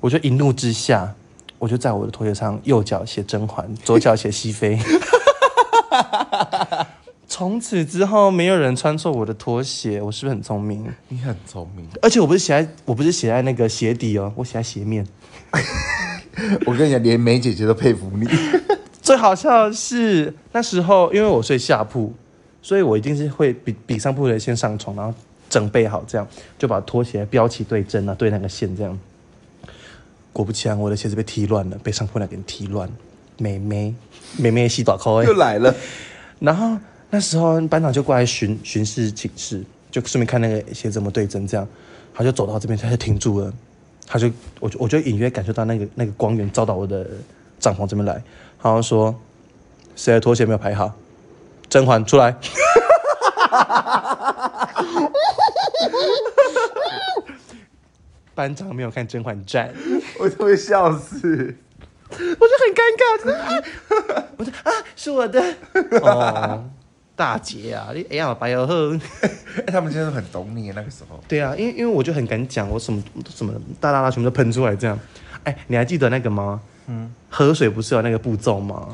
Speaker 1: 我就一怒之下，我就在我的拖鞋上右脚写甄 嬛，左脚写熹妃。 从此之后，没有人穿错我的拖鞋，我是不是很聪明？
Speaker 2: 你很聪明。
Speaker 1: 而且我不是写在，我不是写在那个鞋底哦，我写在鞋面。
Speaker 2: 我跟你讲，连梅姐姐都佩服你。
Speaker 1: 最好笑的是那时候，因为我睡下铺，所以我一定是会比比上铺的人先上床，然后整备好，这样就把拖鞋标起对针啊，对那个线这样。果不其然，我的鞋子被踢乱了，被上铺那个人踢乱。妹妹，妹妹洗短 裤哎
Speaker 2: 又，来了，
Speaker 1: 然后那时候班长就过来巡巡视寝室，就顺便看那个鞋怎么对针，这样他就走到这边，他就停住了，他就我就我就隐约感受到那个那个光源照到我的帐篷这边来，他就说谁的拖鞋没有排好，甄嬛 出来。班长没有看《甄嬛传》。
Speaker 2: 我都会笑死。
Speaker 1: 我就很尴尬，就是啊，我就啊是我的，哦，大姐啊，你哎呀白又好，
Speaker 2: 哎他们真的很懂你那个时候。
Speaker 1: 对啊，因为因为我就很敢讲，我什么什么大啦啦全部都喷出来这样，哎，你还记得那个吗？嗯，喝水不是有那个步骤吗？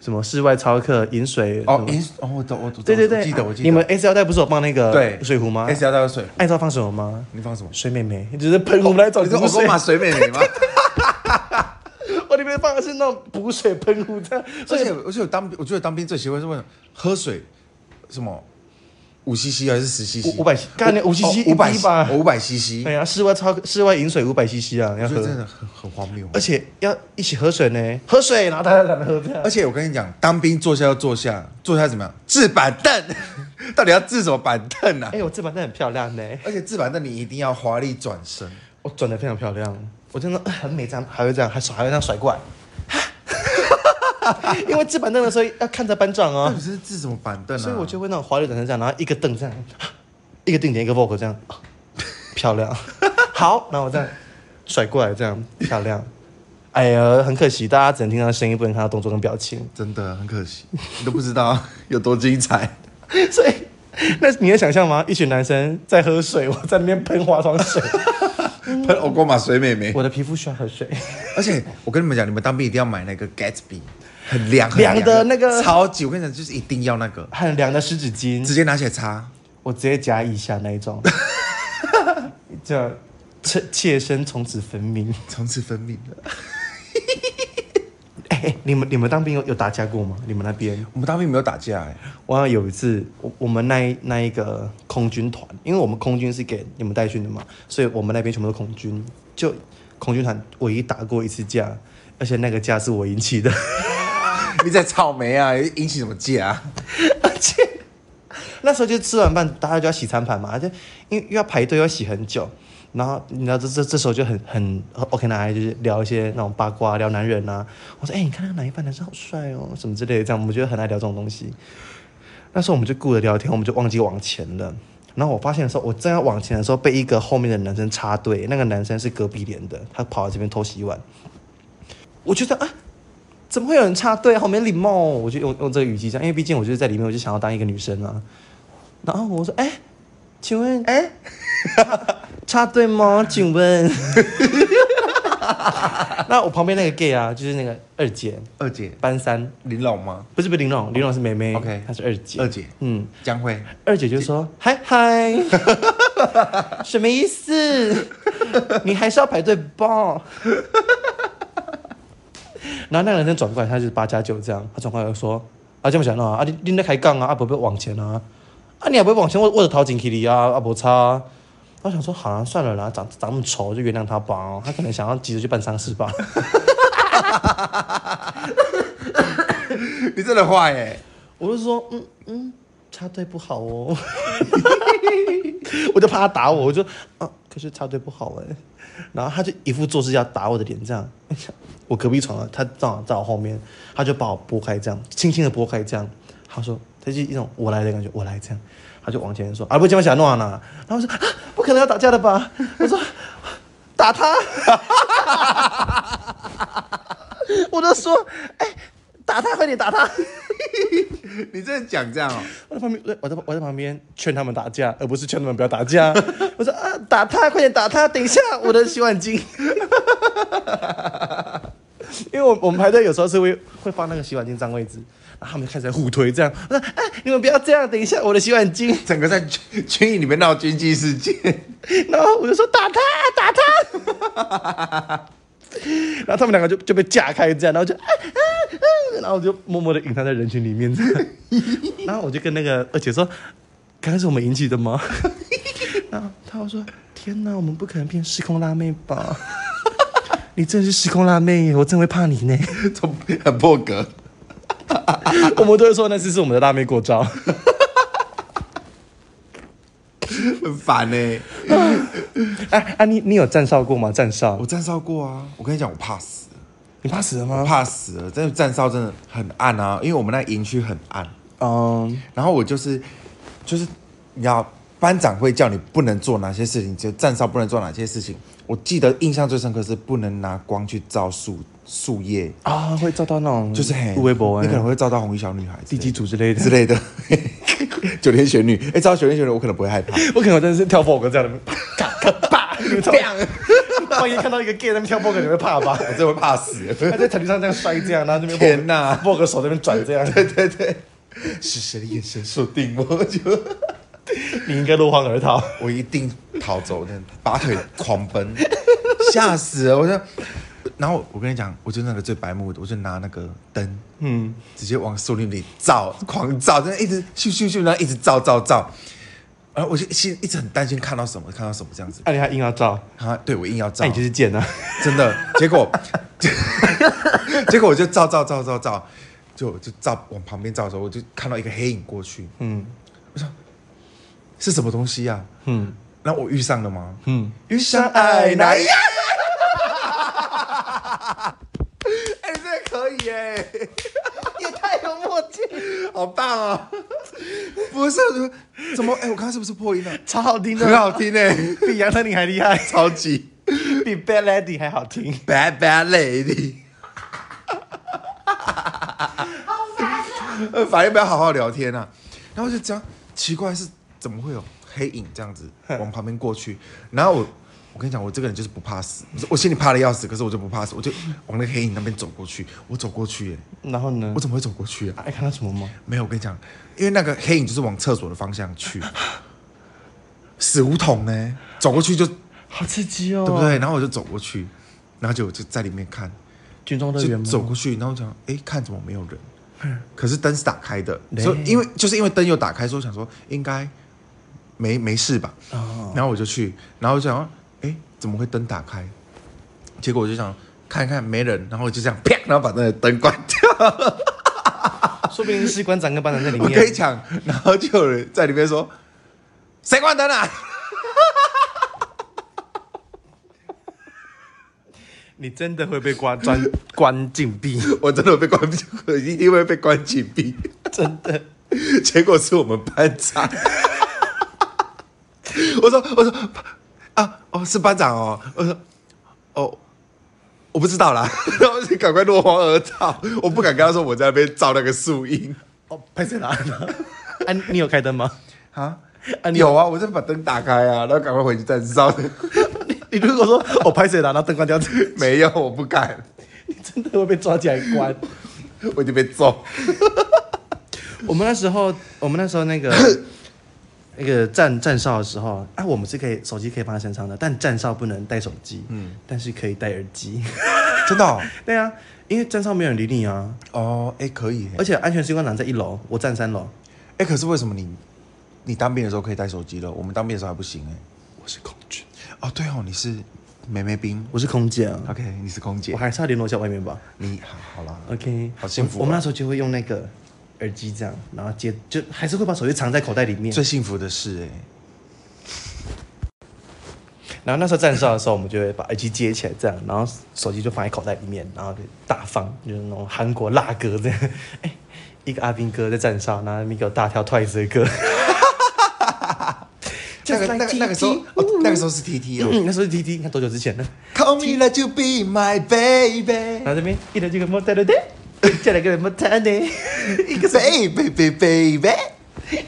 Speaker 1: 什么室外操课饮水
Speaker 2: 哦，
Speaker 1: 什么
Speaker 2: 饮哦，我懂，我懂，
Speaker 1: 对对对，
Speaker 2: 我记得，我记得。
Speaker 1: 你们 S 腰带不是有放那个
Speaker 2: 对
Speaker 1: 水壶吗
Speaker 2: S 幺大水，
Speaker 1: 按照放什么吗？
Speaker 2: 你放什么？
Speaker 1: 水妹妹，就是喷我们来找
Speaker 2: 哦你说
Speaker 1: 补
Speaker 2: 我
Speaker 1: 水
Speaker 2: 说马水美眉 吗？
Speaker 1: 我里面放的是那种补水喷壶这样，
Speaker 2: 而且而且我当兵，我觉得当兵最喜欢是为什么喝水，什么五 CC 还是十 CC？
Speaker 1: 五五百干你五 CC
Speaker 2: 五百哦
Speaker 1: 一滴吧
Speaker 2: 五百 CC，
Speaker 1: 对啊，室外超室外饮水五百 CC 啊，要
Speaker 2: 我觉得真
Speaker 1: 喝，
Speaker 2: 的很很荒谬。
Speaker 1: 而且要一起喝水呢，喝水，然后大家才能喝这样。
Speaker 2: 而且我跟你讲，当兵坐下要坐下，坐下怎么样？置板凳， 到底要置什么板凳啊
Speaker 1: 哎、？我这板凳很漂亮呢，
Speaker 2: 而且置板凳你一定要华丽转身，
Speaker 1: 我转哦的非常漂亮，我真的呃很美，这样还会这样，还手还会这样甩过来。 因为这板凳的时候要看着班长
Speaker 2: 到
Speaker 1: 哦
Speaker 2: 底，是置什么板凳啊？
Speaker 1: 所以我就会那种滑溜转成这样，然后一个凳这样， 一个定点一个 vocal 这样， 漂亮。 好，然后我这样甩过来这样漂亮。哎呀，很可惜，大家只能听到声音，不能看到动作跟表情。
Speaker 2: 真的很可惜，你都不知道 有多精彩。
Speaker 1: 所以，那你能想象吗？一群男生在喝水，我在那边喷化妆水，
Speaker 2: 喷欧光马水美眉，
Speaker 1: 我的皮肤需要喝水。
Speaker 2: 而且我跟你们讲，你们当兵一定要买那个 Gatsby，很凉很
Speaker 1: 凉的那个
Speaker 2: 超级，我跟你讲，就是一定要那个，
Speaker 1: 很凉的湿纸
Speaker 2: 直
Speaker 1: 巾，
Speaker 2: 接拿起来擦。
Speaker 1: 我直接夹一下那一种， 叫切切身从此分明。
Speaker 2: 从此分明了。
Speaker 1: 哎、哎你们你们当兵有有打架过吗？你们那边？
Speaker 2: 我们当兵没有打架哎、
Speaker 1: 我好像有一次，我我们那一那一个空军团，因为我们空军是给你们代训的嘛，所以我们那边全部都空军，就空军团唯一打过一次架，而且那个架是我引起的。
Speaker 2: 你在草莓啊，引起什么架、啊？
Speaker 1: 而且那时候就吃完饭，大家就要洗餐盘嘛，就因为又要排队，又要洗很久。然后你知道这这这时候就很很 OK 拿来就是聊一些那种八卦，聊男人啊。我说哎、你看那个哪一半男生好帅哦，什么之类的，这样我们就很爱聊这种东西。那时候我们就顾着聊天，我们就忘记往前了。然后我发现的时候，我正要往前的时候，被一个后面的男生插队。那个男生是隔壁连的，他跑来这边偷洗碗。我觉得啊，怎么会有人插队啊？好没礼貌哦！我就用用这个语气讲，因为毕竟我就是在里面，我就想要当一个女生啊。然后我说，哎、请问，哎、 插插队吗？请问。 那我旁边那个 gay 啊，就是那个二姐，
Speaker 2: 二姐
Speaker 1: 班三，
Speaker 2: 林老吗？
Speaker 1: 不是不是玲珑，玲珑是妹妹
Speaker 2: OK
Speaker 1: 她是二姐。
Speaker 2: 二姐
Speaker 1: 嗯，
Speaker 2: 江辉，
Speaker 1: 二姐就说：“嗨嗨，什么意思？你还是要排队吧。” 然后那个男生转过来，他就是八加九这样，他转过来就说：“啊，这么想啊，啊你你在开杠啊，啊不不往前啊，啊你也不会往前，我我的掏进去里啊，啊不差、啊。”我想说，好了、算了啦，长长那么丑就原谅他吧、他可能想要急着去办丧事吧。
Speaker 2: 你真的坏哎！
Speaker 1: 我就说，嗯嗯，插队不好哦， 我就怕他打我，我就啊，可是插队不好哎，然后他就一副做事要打我的脸这样，我隔壁床的他正好在我后面，他就把我拨开这样，轻轻的拨开这样，他说他就一种我来的感觉，我来这样，他就往前说，啊不，今晚想弄啊呢，然后我说、啊、不可能要打架的吧，我说打他。 我就说，哎、打他，快点打他！
Speaker 2: 你真的讲这样哦？
Speaker 1: 我在旁边，我在我在旁边劝他们打架，而不是劝他们不要打架。 我说啊，打他，快点打他！等一下，我的洗碗巾。 因为我我们排队有时候是会会放那个洗碗巾占位置，然后他们就开始在互推这样。我说哎，你们不要这样，等一下我的洗碗巾。
Speaker 2: 整个在军军营里面闹军纪事件，
Speaker 1: 然后我就说打他，打他。 然后他们两个就就被架开这样，然后就 啊啊啊，然后我就默默的隐藏在人群里面这 样。然后我就跟那个二姐说，刚刚是我们引起的吗？ 然后她就说，天哪，我们不可能变失控辣妹吧？ 你真的是失控辣妹耶，我真会怕你呢。
Speaker 2: 都很破格。
Speaker 1: 我们都会说那次是我们的辣妹过招。 啊
Speaker 2: 很烦欸呢、
Speaker 1: 哎啊，你你有站哨过吗？站哨
Speaker 2: 我，站哨过啊，我跟你讲，我怕死了，
Speaker 1: 你怕死了吗？
Speaker 2: 怕死了，真的站哨真的很暗啊，因为我们那营区很暗。
Speaker 1: 嗯，
Speaker 2: 然后我就是就是你要班长会叫你不能做哪些事情，就站哨不能做哪些事情。我记得印象最深刻是不能拿光去照树树叶，
Speaker 1: 啊，会遭到那种
Speaker 2: 就是很
Speaker 1: 微博，
Speaker 2: 你可能会照到红衣小女孩之
Speaker 1: 地
Speaker 2: 类
Speaker 1: 基组之类的
Speaker 2: 之。类的。 九天玄女，哎、照到九天玄女我可能不会害怕。
Speaker 1: 我可能真的是跳 b o 这样的，啪咔咔啪，你们知道吗万一看到一个 gay 在那边跳 b o 你会怕吧？
Speaker 2: 我真的会怕死。
Speaker 1: 他在台球上这样摔这样，然后这边
Speaker 2: 天哪
Speaker 1: b o 手这边转这样，
Speaker 2: 对对对，是谁的眼神锁定我就。
Speaker 1: 你应该落荒而逃。
Speaker 2: 我一定逃走，真的拔腿狂奔， 吓死了！我就，然后我跟你讲，我就那个最白目的，我就拿那个灯，嗯，直接往树林里照，狂照，真的一直咻咻咻，然后一直照照照，然后我就心一直很担心看到什么，看到什么这样子，
Speaker 1: 那你还硬要照，
Speaker 2: 啊，对我硬要照，
Speaker 1: 那你就是贱啊！
Speaker 2: 真的，结 果，结果我就照照照照照，就就照往旁边照的时候，我就看到一个黑影过去，
Speaker 1: 嗯
Speaker 2: 是什么东西呀、
Speaker 1: 嗯
Speaker 2: 那我遇上了吗？
Speaker 1: 嗯，
Speaker 2: 遇上爱奶呀！ 哎、这个可以哎、
Speaker 1: 也太有默契，
Speaker 2: 好棒哦！不是，怎么？哎、我刚刚是不是破音了？
Speaker 1: 超好听
Speaker 2: 很
Speaker 1: 的，
Speaker 2: 好听哎、
Speaker 1: 比杨丞琳还厉害，
Speaker 2: 超级
Speaker 1: 比 Bad Lady 还好听。
Speaker 2: bad bad lady。呃，反正不要好好聊天啊。然后就这样，奇怪是怎么会有黑影这样子往旁边过去？然后我，我跟你讲，我这个人就是不怕死，我心里怕的要死，可是我就不怕死，我就往那个黑影那边走过去。我走过去、耶，
Speaker 1: 然后呢
Speaker 2: 我？怎么会走过去啊？
Speaker 1: 哎，看到什么吗？
Speaker 2: 没有，我跟你讲，因为那个黑影就是往厕所的方向去，死胡同呢，走过去就对
Speaker 1: 好刺激哦，
Speaker 2: 不？对？然后我就走过去，然后就就在里面看，
Speaker 1: 军中乐园
Speaker 2: 就
Speaker 1: 吗？
Speaker 2: 走过去，然后讲，哎，看怎么没有人？可是灯是打开的，
Speaker 1: 嗯对
Speaker 2: 所以因为就是因为灯有打开，所以我想说应该没没事吧。
Speaker 1: 哦，
Speaker 2: 然后我就去，然后我就想，哎，怎么会灯打开？结果我就想看一看没人，然后我就这样啪，然后把那个灯关掉。
Speaker 1: 说不定是士官长跟班长在里
Speaker 2: 我跟你
Speaker 1: 面。
Speaker 2: 讲，然后就有人在里面说：“谁关灯啊
Speaker 1: 你真的会被关关关禁闭。？”
Speaker 2: 我真的被关，我一定会被关禁闭。
Speaker 1: 真的，
Speaker 2: 结果是我们班长。我说：“我说啊，哦，是班长哦。”我说：“哦，我不知道啦，然后就赶快落荒而逃。我不敢跟他说我在那边照那个树荫
Speaker 1: 哦，拍在哪呢？ 啊，你有开灯吗？
Speaker 2: 啊。
Speaker 1: 啊，你
Speaker 2: 有啊，我就把灯打开啊，然后赶快回去再照。
Speaker 1: 你你如果说我拍谁拿到灯关掉，
Speaker 2: 没有，我不敢，
Speaker 1: 你真的会被抓起来关。
Speaker 2: 我就被揍。
Speaker 1: 我们那时候，我们那时候那 个那个站站哨的时候，啊，我们是可以手机可以放在身上的，但站哨不能带手机，嗯，但是可以戴耳机。
Speaker 2: 真的哦，
Speaker 1: 对啊，因为站哨没有人理你啊，
Speaker 2: 哦哎、可以耶。
Speaker 1: 而且安全士官长在一楼，我站三楼，
Speaker 2: 哎、可是为什么你你当兵的时候可以带手机了？我们当兵的时候还不行哎、
Speaker 1: 我是空姐，
Speaker 2: 哦，对哦，你是妹妹兵
Speaker 1: 我是空姐啊，
Speaker 2: ，OK，你是空姐
Speaker 1: 我，还是要联络一下外面吧。
Speaker 2: 你好好啦。
Speaker 1: OK，
Speaker 2: 好幸福哦
Speaker 1: 我。我们那时候就会用那个耳机这样，然后接就还是会把手机藏在口袋里面。
Speaker 2: 最幸福的事哎、
Speaker 1: 然后那时候站哨的时候，我们就会把耳机接起来，这样，然后手机就放在口袋里面，然后就大放，就是那种韩国辣歌这样。 哎，一个阿兵哥在站哨，然后那个大跳 Twice 的歌。
Speaker 2: 那个
Speaker 1: Just
Speaker 2: 那
Speaker 1: like
Speaker 2: 个那个时候
Speaker 1: TT，
Speaker 2: 哦，那个时候是 T T 哦。
Speaker 1: 嗯，那时候是 T T，你看多久之前呢？
Speaker 2: Call me like you be my baby，baby
Speaker 1: 然后这边一人这个莫特的的，再来个莫特的，一个
Speaker 2: baby baby，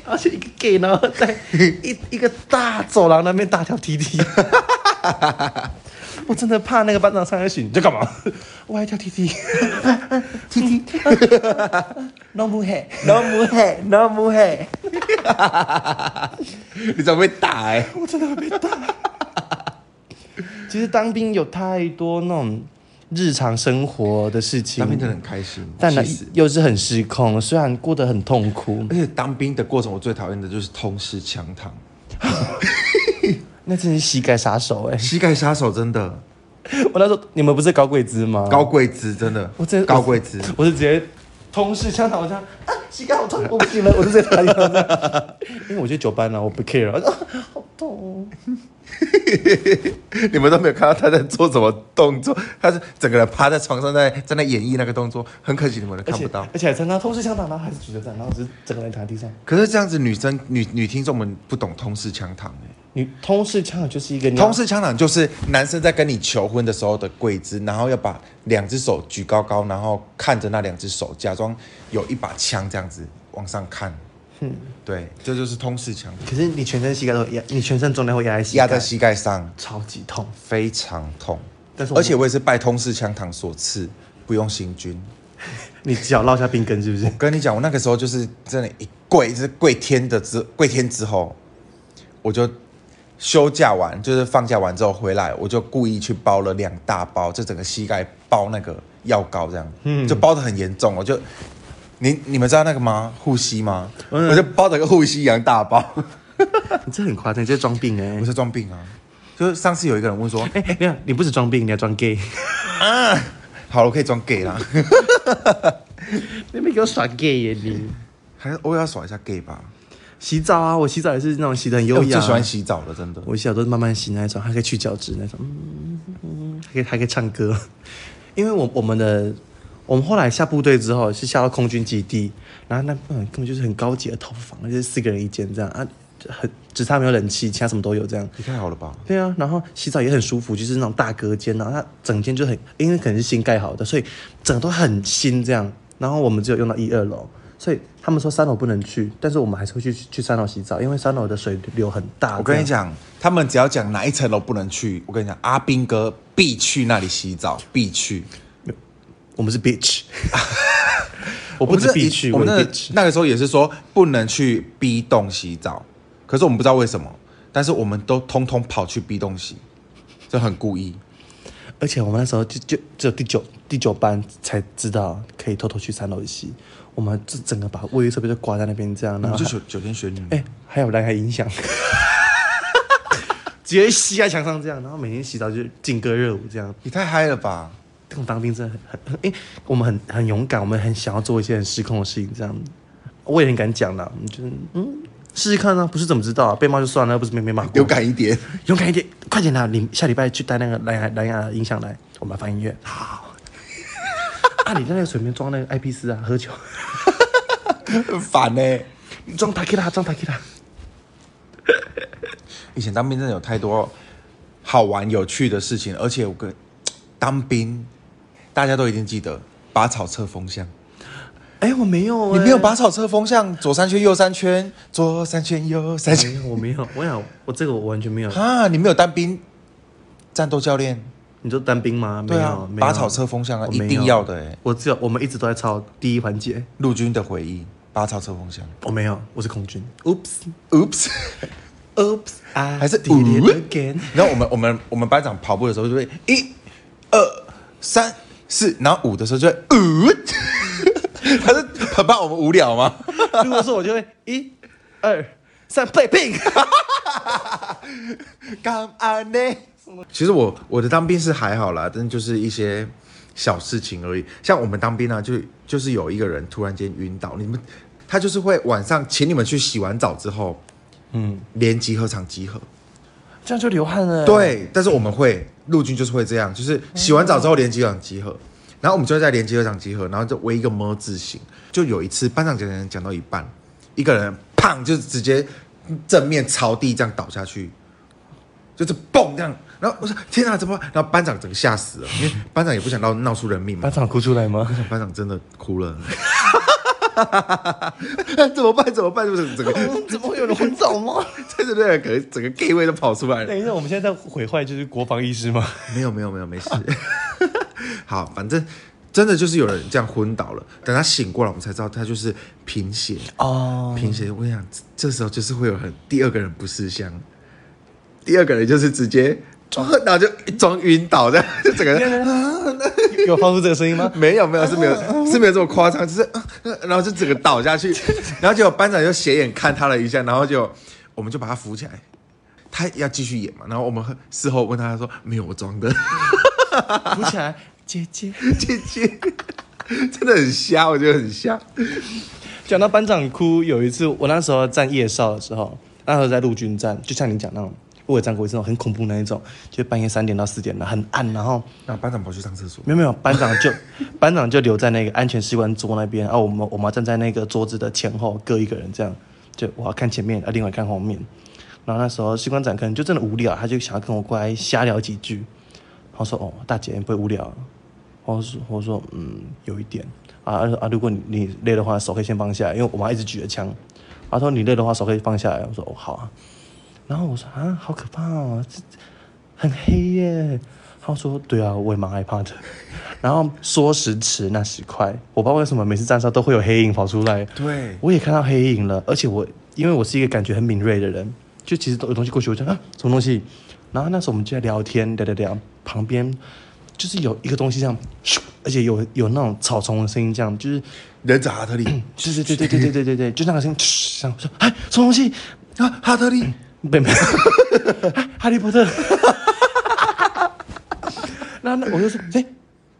Speaker 1: 而且一个 gay，然后在一 一个大走廊那边大跳踢踢。 我真的怕那个班长上来巡，你在干嘛？ 我还跳踢 踢，踢踢， 弄不黑，弄不黑，弄不黑，
Speaker 2: 你怎么会打哎、
Speaker 1: 我真的会被打。其实当兵有太多那种日常生活的事情，
Speaker 2: 当兵真的很开心，
Speaker 1: 但呢
Speaker 2: 其实
Speaker 1: 又是很失控，虽然过得很痛苦。
Speaker 2: 而且当兵的过程，我最讨厌的就是通识强躺，
Speaker 1: 那真是膝盖杀手哎、
Speaker 2: 膝盖杀手真的
Speaker 1: 我那时候你们不是高贵姿吗？
Speaker 2: 高贵姿，哦真的，
Speaker 1: 我真
Speaker 2: 高贵姿，
Speaker 1: 我是直接同事枪倒下，啊，膝盖好痛，我不行了，我就直接躺地上这 样。因为我去酒吧了，我不 care 了，啊好痛、哦。
Speaker 2: 你们都没有看到他在做什么动作，他是整个人趴在床上在在那演绎那个动作，很可惜你们都
Speaker 1: 而
Speaker 2: 看
Speaker 1: 且
Speaker 2: 不到。
Speaker 1: 而且还常常同事枪倒，然后还是举着这样，然后只是整个人躺在地上。
Speaker 2: 可是这样子，女生女女听众们不懂通识强躺哎、
Speaker 1: 你同事枪倒就是一个你要
Speaker 2: 通式枪挡就是男生在跟你求婚的时候的跪姿，然后要把两只手举高高，然后看着那两只手，假装有一把枪这样子往上看。嗯对，这就是通式枪，
Speaker 1: 可是你全身膝盖都压，你全身重量会压在膝
Speaker 2: 压
Speaker 1: 盖，
Speaker 2: 在膝盖上
Speaker 1: 超级痛。
Speaker 2: 非常痛。
Speaker 1: 但是我
Speaker 2: 而且我也是拜通式枪膛所赐，不用行军。
Speaker 1: 你脚落下病根是不是？
Speaker 2: 跟你讲，我那个时候就是真的，一跪就是跪天的之跪天之后，我就休假完，就是放假完之后回来，我就故意去包了两大包，就整个膝盖包那个药膏，这样，
Speaker 1: 嗯
Speaker 2: 就包的很严重，我就。你你们知道那个吗？护膝吗？
Speaker 1: 嗯
Speaker 2: 我就包着个护膝一样大包，
Speaker 1: 你这很夸张，你这是装病哎、
Speaker 2: 我是装病啊。就是上次有一个人问说，
Speaker 1: 哎、没有，你不是装病，你还装 gay，
Speaker 2: 好了，我可以装 gay 啦，
Speaker 1: 你没给我耍 gay 耶你！
Speaker 2: 还是哦我要耍一下 gay 吧。
Speaker 1: 洗澡啊，我洗澡也是那种洗的很
Speaker 2: 因为
Speaker 1: 优
Speaker 2: 哎我
Speaker 1: 雅。
Speaker 2: 最喜欢洗澡了，真的。
Speaker 1: 我洗澡都是慢慢洗那一种，还可以去角质那种，嗯嗯，还可以还可以唱歌。因为我我们的我们后来下部队之后是下到空军基地，然后那嗯根本就是很高级的套房，就是四个人一间这样啊，很只差没有冷气，其他什么都有这样。
Speaker 2: 你太好了吧？
Speaker 1: 对啊，然后洗澡也很舒服，就是那种大隔间，然后它整间就很，因为可能是新盖好的，所以整个都很新这样。然后我们只有用到一二楼，所以他们说三楼不能去，但是我们还是会去去三楼洗澡，因为三楼的水流很大。
Speaker 2: 我跟你
Speaker 1: 这样，
Speaker 2: 讲，他们只要讲哪一层楼不能去，我跟你讲，阿兵哥必去那里洗澡，必去。
Speaker 1: 我们是 bitch，我不止
Speaker 2: 是
Speaker 1: 必去，
Speaker 2: 我们
Speaker 1: 也
Speaker 2: 那
Speaker 1: bitch。
Speaker 2: 那个时候也是说不能去 B 栋洗澡，可是我们不知道为什么，但是我们都通通跑去 B 栋洗，这很故意。
Speaker 1: 而且我们那时候就就只有第九第九班才知道可以偷偷去三楼洗，我们这整个把卫浴设备都挂在那边这样，
Speaker 2: 我
Speaker 1: 然后
Speaker 2: 们是九九天玄女，
Speaker 1: 哎、还有人还 影响，直接吸在墙上这样，然后每天洗澡就劲歌热舞这样。
Speaker 2: 你太嗨了吧？
Speaker 1: 这种当兵真的很很，因为我们很很勇敢，我们很想要做一些很失控的事情，这样我也很敢讲啦，我们就是嗯试试看啊，不是怎么知道、啊、被骂就算了，又不是没被骂过
Speaker 2: 勇，敢一点，
Speaker 1: 勇敢一点，快点啦！你下礼拜去带那个蓝牙蓝牙音响来，我们来放音乐。 好，啊，你在那个水里面装那个 IP 四啊，喝酒，
Speaker 2: 很 烦呢、欸
Speaker 1: 你装 t a k i l a 装 t a k i l a
Speaker 2: 以前当兵真的有太多好玩有趣的事情，而且我跟当兵大家都一定记得拔草测风向。
Speaker 1: 哎、我没有、
Speaker 2: 你
Speaker 1: 哎
Speaker 2: 没有拔草测风向，左三圈右三圈，左三圈右三
Speaker 1: 没
Speaker 2: 圈
Speaker 1: 有，我没有，我想我这个我完全没有。
Speaker 2: 啊！你没有当兵战斗教练？
Speaker 1: 你说单兵吗？没
Speaker 2: 对
Speaker 1: 有，
Speaker 2: 啊
Speaker 1: 没，有
Speaker 2: 拔草测风向啊，
Speaker 1: 我
Speaker 2: 一
Speaker 1: 没有
Speaker 2: 定要的哎。
Speaker 1: 我只有我们一直都在抄第一环节，
Speaker 2: 陆军的回忆，拔草测风向。
Speaker 1: 我没有，我是空军。Oops，Oops，
Speaker 2: Oops，
Speaker 1: 啊，
Speaker 2: 还是
Speaker 1: did it
Speaker 2: oops？
Speaker 1: again？
Speaker 2: 然后我们我们我们班长跑步的时候就会一、二、三、四，然后五的时候就会五， 他是很怕我们无聊吗？
Speaker 1: 如果说我就会一、二、三，备病。
Speaker 2: 干安呢？其实我我的当兵是还好啦，但就是一些小事情而已。像我们当兵啊，就就是有一个人突然间晕倒，你们他就是会晚上请你们去洗完澡之后，嗯，连集合场集合。
Speaker 1: 这样就流汗了。，
Speaker 2: 对，但是我们会陆军就是会这样，就是洗完澡之后连集合场集合，然后我们就会在连集合场集合，然后就围一个么字形。就有一次班长讲讲讲到一半，一个人砰就直接正面朝地这样倒下去，就是蹦这样。然后我说天啊，怎么办？然后班长整个吓死了，因为班长也不想闹闹出人命嘛
Speaker 1: 班。长哭出来吗？
Speaker 2: 班长真的哭了， 怎么办？怎么办？就是整个
Speaker 1: 嗯怎么会有人昏倒吗？
Speaker 2: 在这边可能整个 gay 味都跑出来了。
Speaker 1: 等一下，我们现在在毁坏就是国防意识吗？
Speaker 2: 没有没有没有，没事。 好，反正真的就是有人这样昏倒了，等他醒过来，我们才知道他就是贫血。
Speaker 1: 哦，
Speaker 2: 贫血，我跟你讲，这这时候就是会有很第二个人不识相，第二个人就是直接装，然后就装晕倒这样， 就整个人
Speaker 1: 啊 有发出这个声音吗？
Speaker 2: 没有没有是没有是没有这么夸张，就是、啊啊然后就整个倒下去，然后结果班长就斜眼看他了一下，然后就我们就把他扶起来，他要继续演嘛，然后我们事后问他，他说没有我装的。
Speaker 1: 扶起来，姐姐。
Speaker 2: 进去， 真的很瞎，我觉得很瞎。
Speaker 1: 讲到班长哭，有一次我那时候站夜哨的时候，那时候在陆军站，就像你讲那种，我也站过一次那种很恐怖那一种，就半夜三点到四点的，很暗，然后
Speaker 2: 那班长跑去上厕所，
Speaker 1: 没有没有，班长就 班长就留在那个安全士官桌那边，啊，我们我们要站在那个桌子的前后各一个人这样，就我要看前面，啊，另外看后面。然后那时候士官长可能就真的无聊，他就想要跟我过来瞎聊几句。然后说：“哦，大姐你不会无聊啊？”我说：“我说嗯，有一点啊他说啊，如果你你累的话，手可以先放下来，因为我妈一直举着枪。”他说：“你累的话，手可以放下来。”我说：“哦，好啊。”然后我说：“啊，好可怕哦，这这很黑耶。”他说：“对啊，我也蛮害怕的。” 然后说时迟，那时快，我不知道为什么每次站哨都会有黑影跑出来。
Speaker 2: 对
Speaker 1: 我也看到黑影了，而且我因为我是一个感觉很敏锐的人，就其实都有东西过去，我就啊什么东西，然后那时候我们就在聊天聊聊聊，旁边就是有一个东西这样，咻而且有有那种草丛的声音，这样就是
Speaker 2: 忍者哈特利，
Speaker 1: 对对对对对对对对对，就那个声音，嘘这样我说哎什么东西，
Speaker 2: 啊，哈特利，
Speaker 1: 没没，哎哈利波特，那那我就说哎、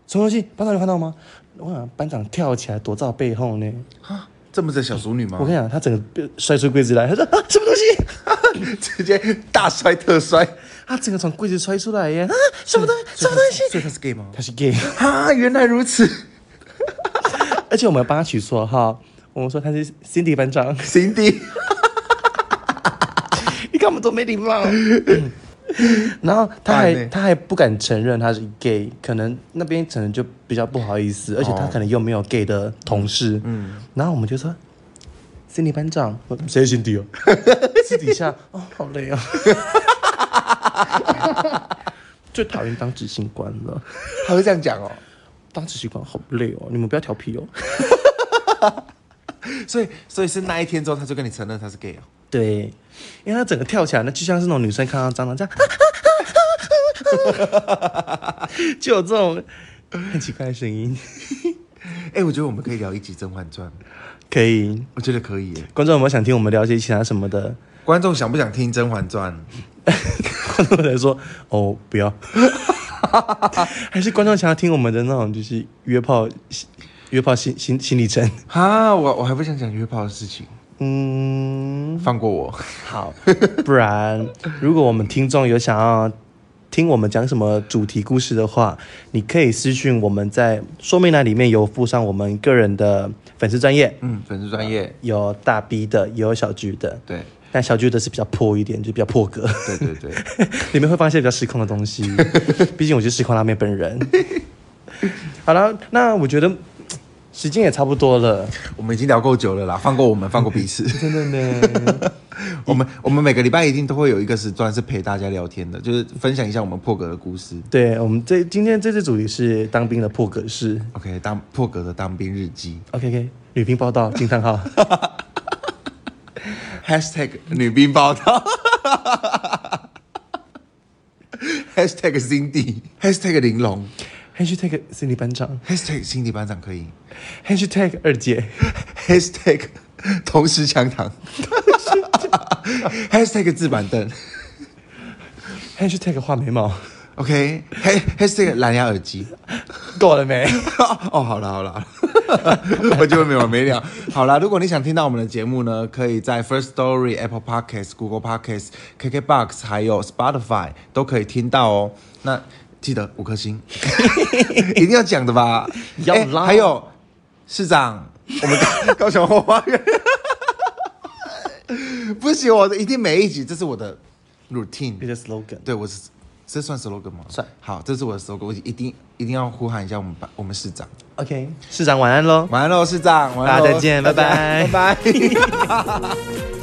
Speaker 1: 什么东西，班长有看到吗？我想班长跳起来躲在我背后呢。
Speaker 2: 啊，这么的小熟女吗
Speaker 1: 我跟你讲，他整个被摔出柜子来，他说、啊、什么东西？
Speaker 2: 直接大摔特摔，嗯
Speaker 1: 他整个从柜子摔出来耶！啊，什么东西？什么东西？
Speaker 2: 所以他是 gay 吗？
Speaker 1: 他是 gay，
Speaker 2: 啊，原来如此
Speaker 1: 而且我们帮他取绰号，我们说他是 Cindy 班长。
Speaker 2: ，Cindy，
Speaker 1: 你看我们多没礼貌。啊然后他
Speaker 2: 干欸
Speaker 1: 还他还不敢承认他是 gay，可能那边可能就比较不好意思，而且他可能又没有 gay 的同事。哦嗯，然后我们就说，Cindy 班长，我谁是 Cindy 哦？ 私底下哦，好累 哦。最讨厌当执行官了。
Speaker 2: 他会这样讲哦。
Speaker 1: 当执行官好累哦，你们不要调皮哦。
Speaker 2: 所以，所以是那一天之后，他就跟你承认他是 gay 哦。
Speaker 1: 对，因为他整个跳起来，那就像是那种女生看到蟑螂这样， 就有这种很奇怪的声音。
Speaker 2: 哎，我觉得我们可以聊一集《甄嬛传》，
Speaker 1: 可以，
Speaker 2: 我觉得可以耶。
Speaker 1: 观众有没有想听我们聊些其他什么的？
Speaker 2: 观众想不想听《甄嬛传》？
Speaker 1: 观众来说，哦，不要。 还是观众想要听我们的那种就是约炮约炮心心心理层？
Speaker 2: 啊，我我还不想讲约炮的事情，
Speaker 1: 嗯，
Speaker 2: 放过我。
Speaker 1: 好，不然如果我们听众有想要听我们讲什么主题故事的话，你可以私讯我们在说明栏里面有附上我们个人的粉丝专业，
Speaker 2: 嗯，粉丝专业，
Speaker 1: 有大 B 的，也有小菊的。
Speaker 2: 对，
Speaker 1: 但小菊的是比较破一点，就比较破格，
Speaker 2: 对对 对。
Speaker 1: 里面会放一些比较失控的东西。毕竟我就是失控辣妹本人。好了，那我觉得时间也差不多了，
Speaker 2: 我们已经聊够久了啦，放过我们，放过彼此。
Speaker 1: 真的呢。
Speaker 2: 我们我们每个礼拜一定都会有一个时段是陪大家聊天的，就是分享一下我们破格的故事。
Speaker 1: 对我们这今天这次主题是当兵的破格式。
Speaker 2: OK，当破格的当兵日记
Speaker 1: OK OK，旅兵报道惊叹号。
Speaker 2: ，#hashtag 女兵报道 #hashtag Cindy，#hashtag 玲珑
Speaker 1: #hashtag 森林班长
Speaker 2: ，#hashtag 心理班长可以
Speaker 1: ，#hashtag 二姐
Speaker 2: ，#hashtag 同时强 糖，#hashtag 自板凳
Speaker 1: ，#hashtag 画眉毛，
Speaker 2: ，OK，#hashtag 蓝牙耳机。
Speaker 1: 够了 没？
Speaker 2: 哦，好了好了，我就没完没了。好了，如果你想听到我们的节目呢，可以在 First Story、Apple Podcasts、Google Podcasts、KKBox 还有 Spotify 都可以听到哦。那记得五颗星， 一定要讲的吧？ 哎
Speaker 1: 要啦
Speaker 2: 还有市长，我们高 雄后花园，不行，我一定每一集，这是我的 routine
Speaker 1: 你。的 slogan
Speaker 2: 对，我是这算 slogan 吗？
Speaker 1: 算
Speaker 2: 好，这是我的 slogan，我一定一定要呼喊一下我们班我们市长。
Speaker 1: OK，市长晚安喽。
Speaker 2: 晚安喽，市长，晚安
Speaker 1: 大
Speaker 2: 喽，
Speaker 1: 家再见
Speaker 2: 大家
Speaker 1: 拜拜
Speaker 2: 拜拜。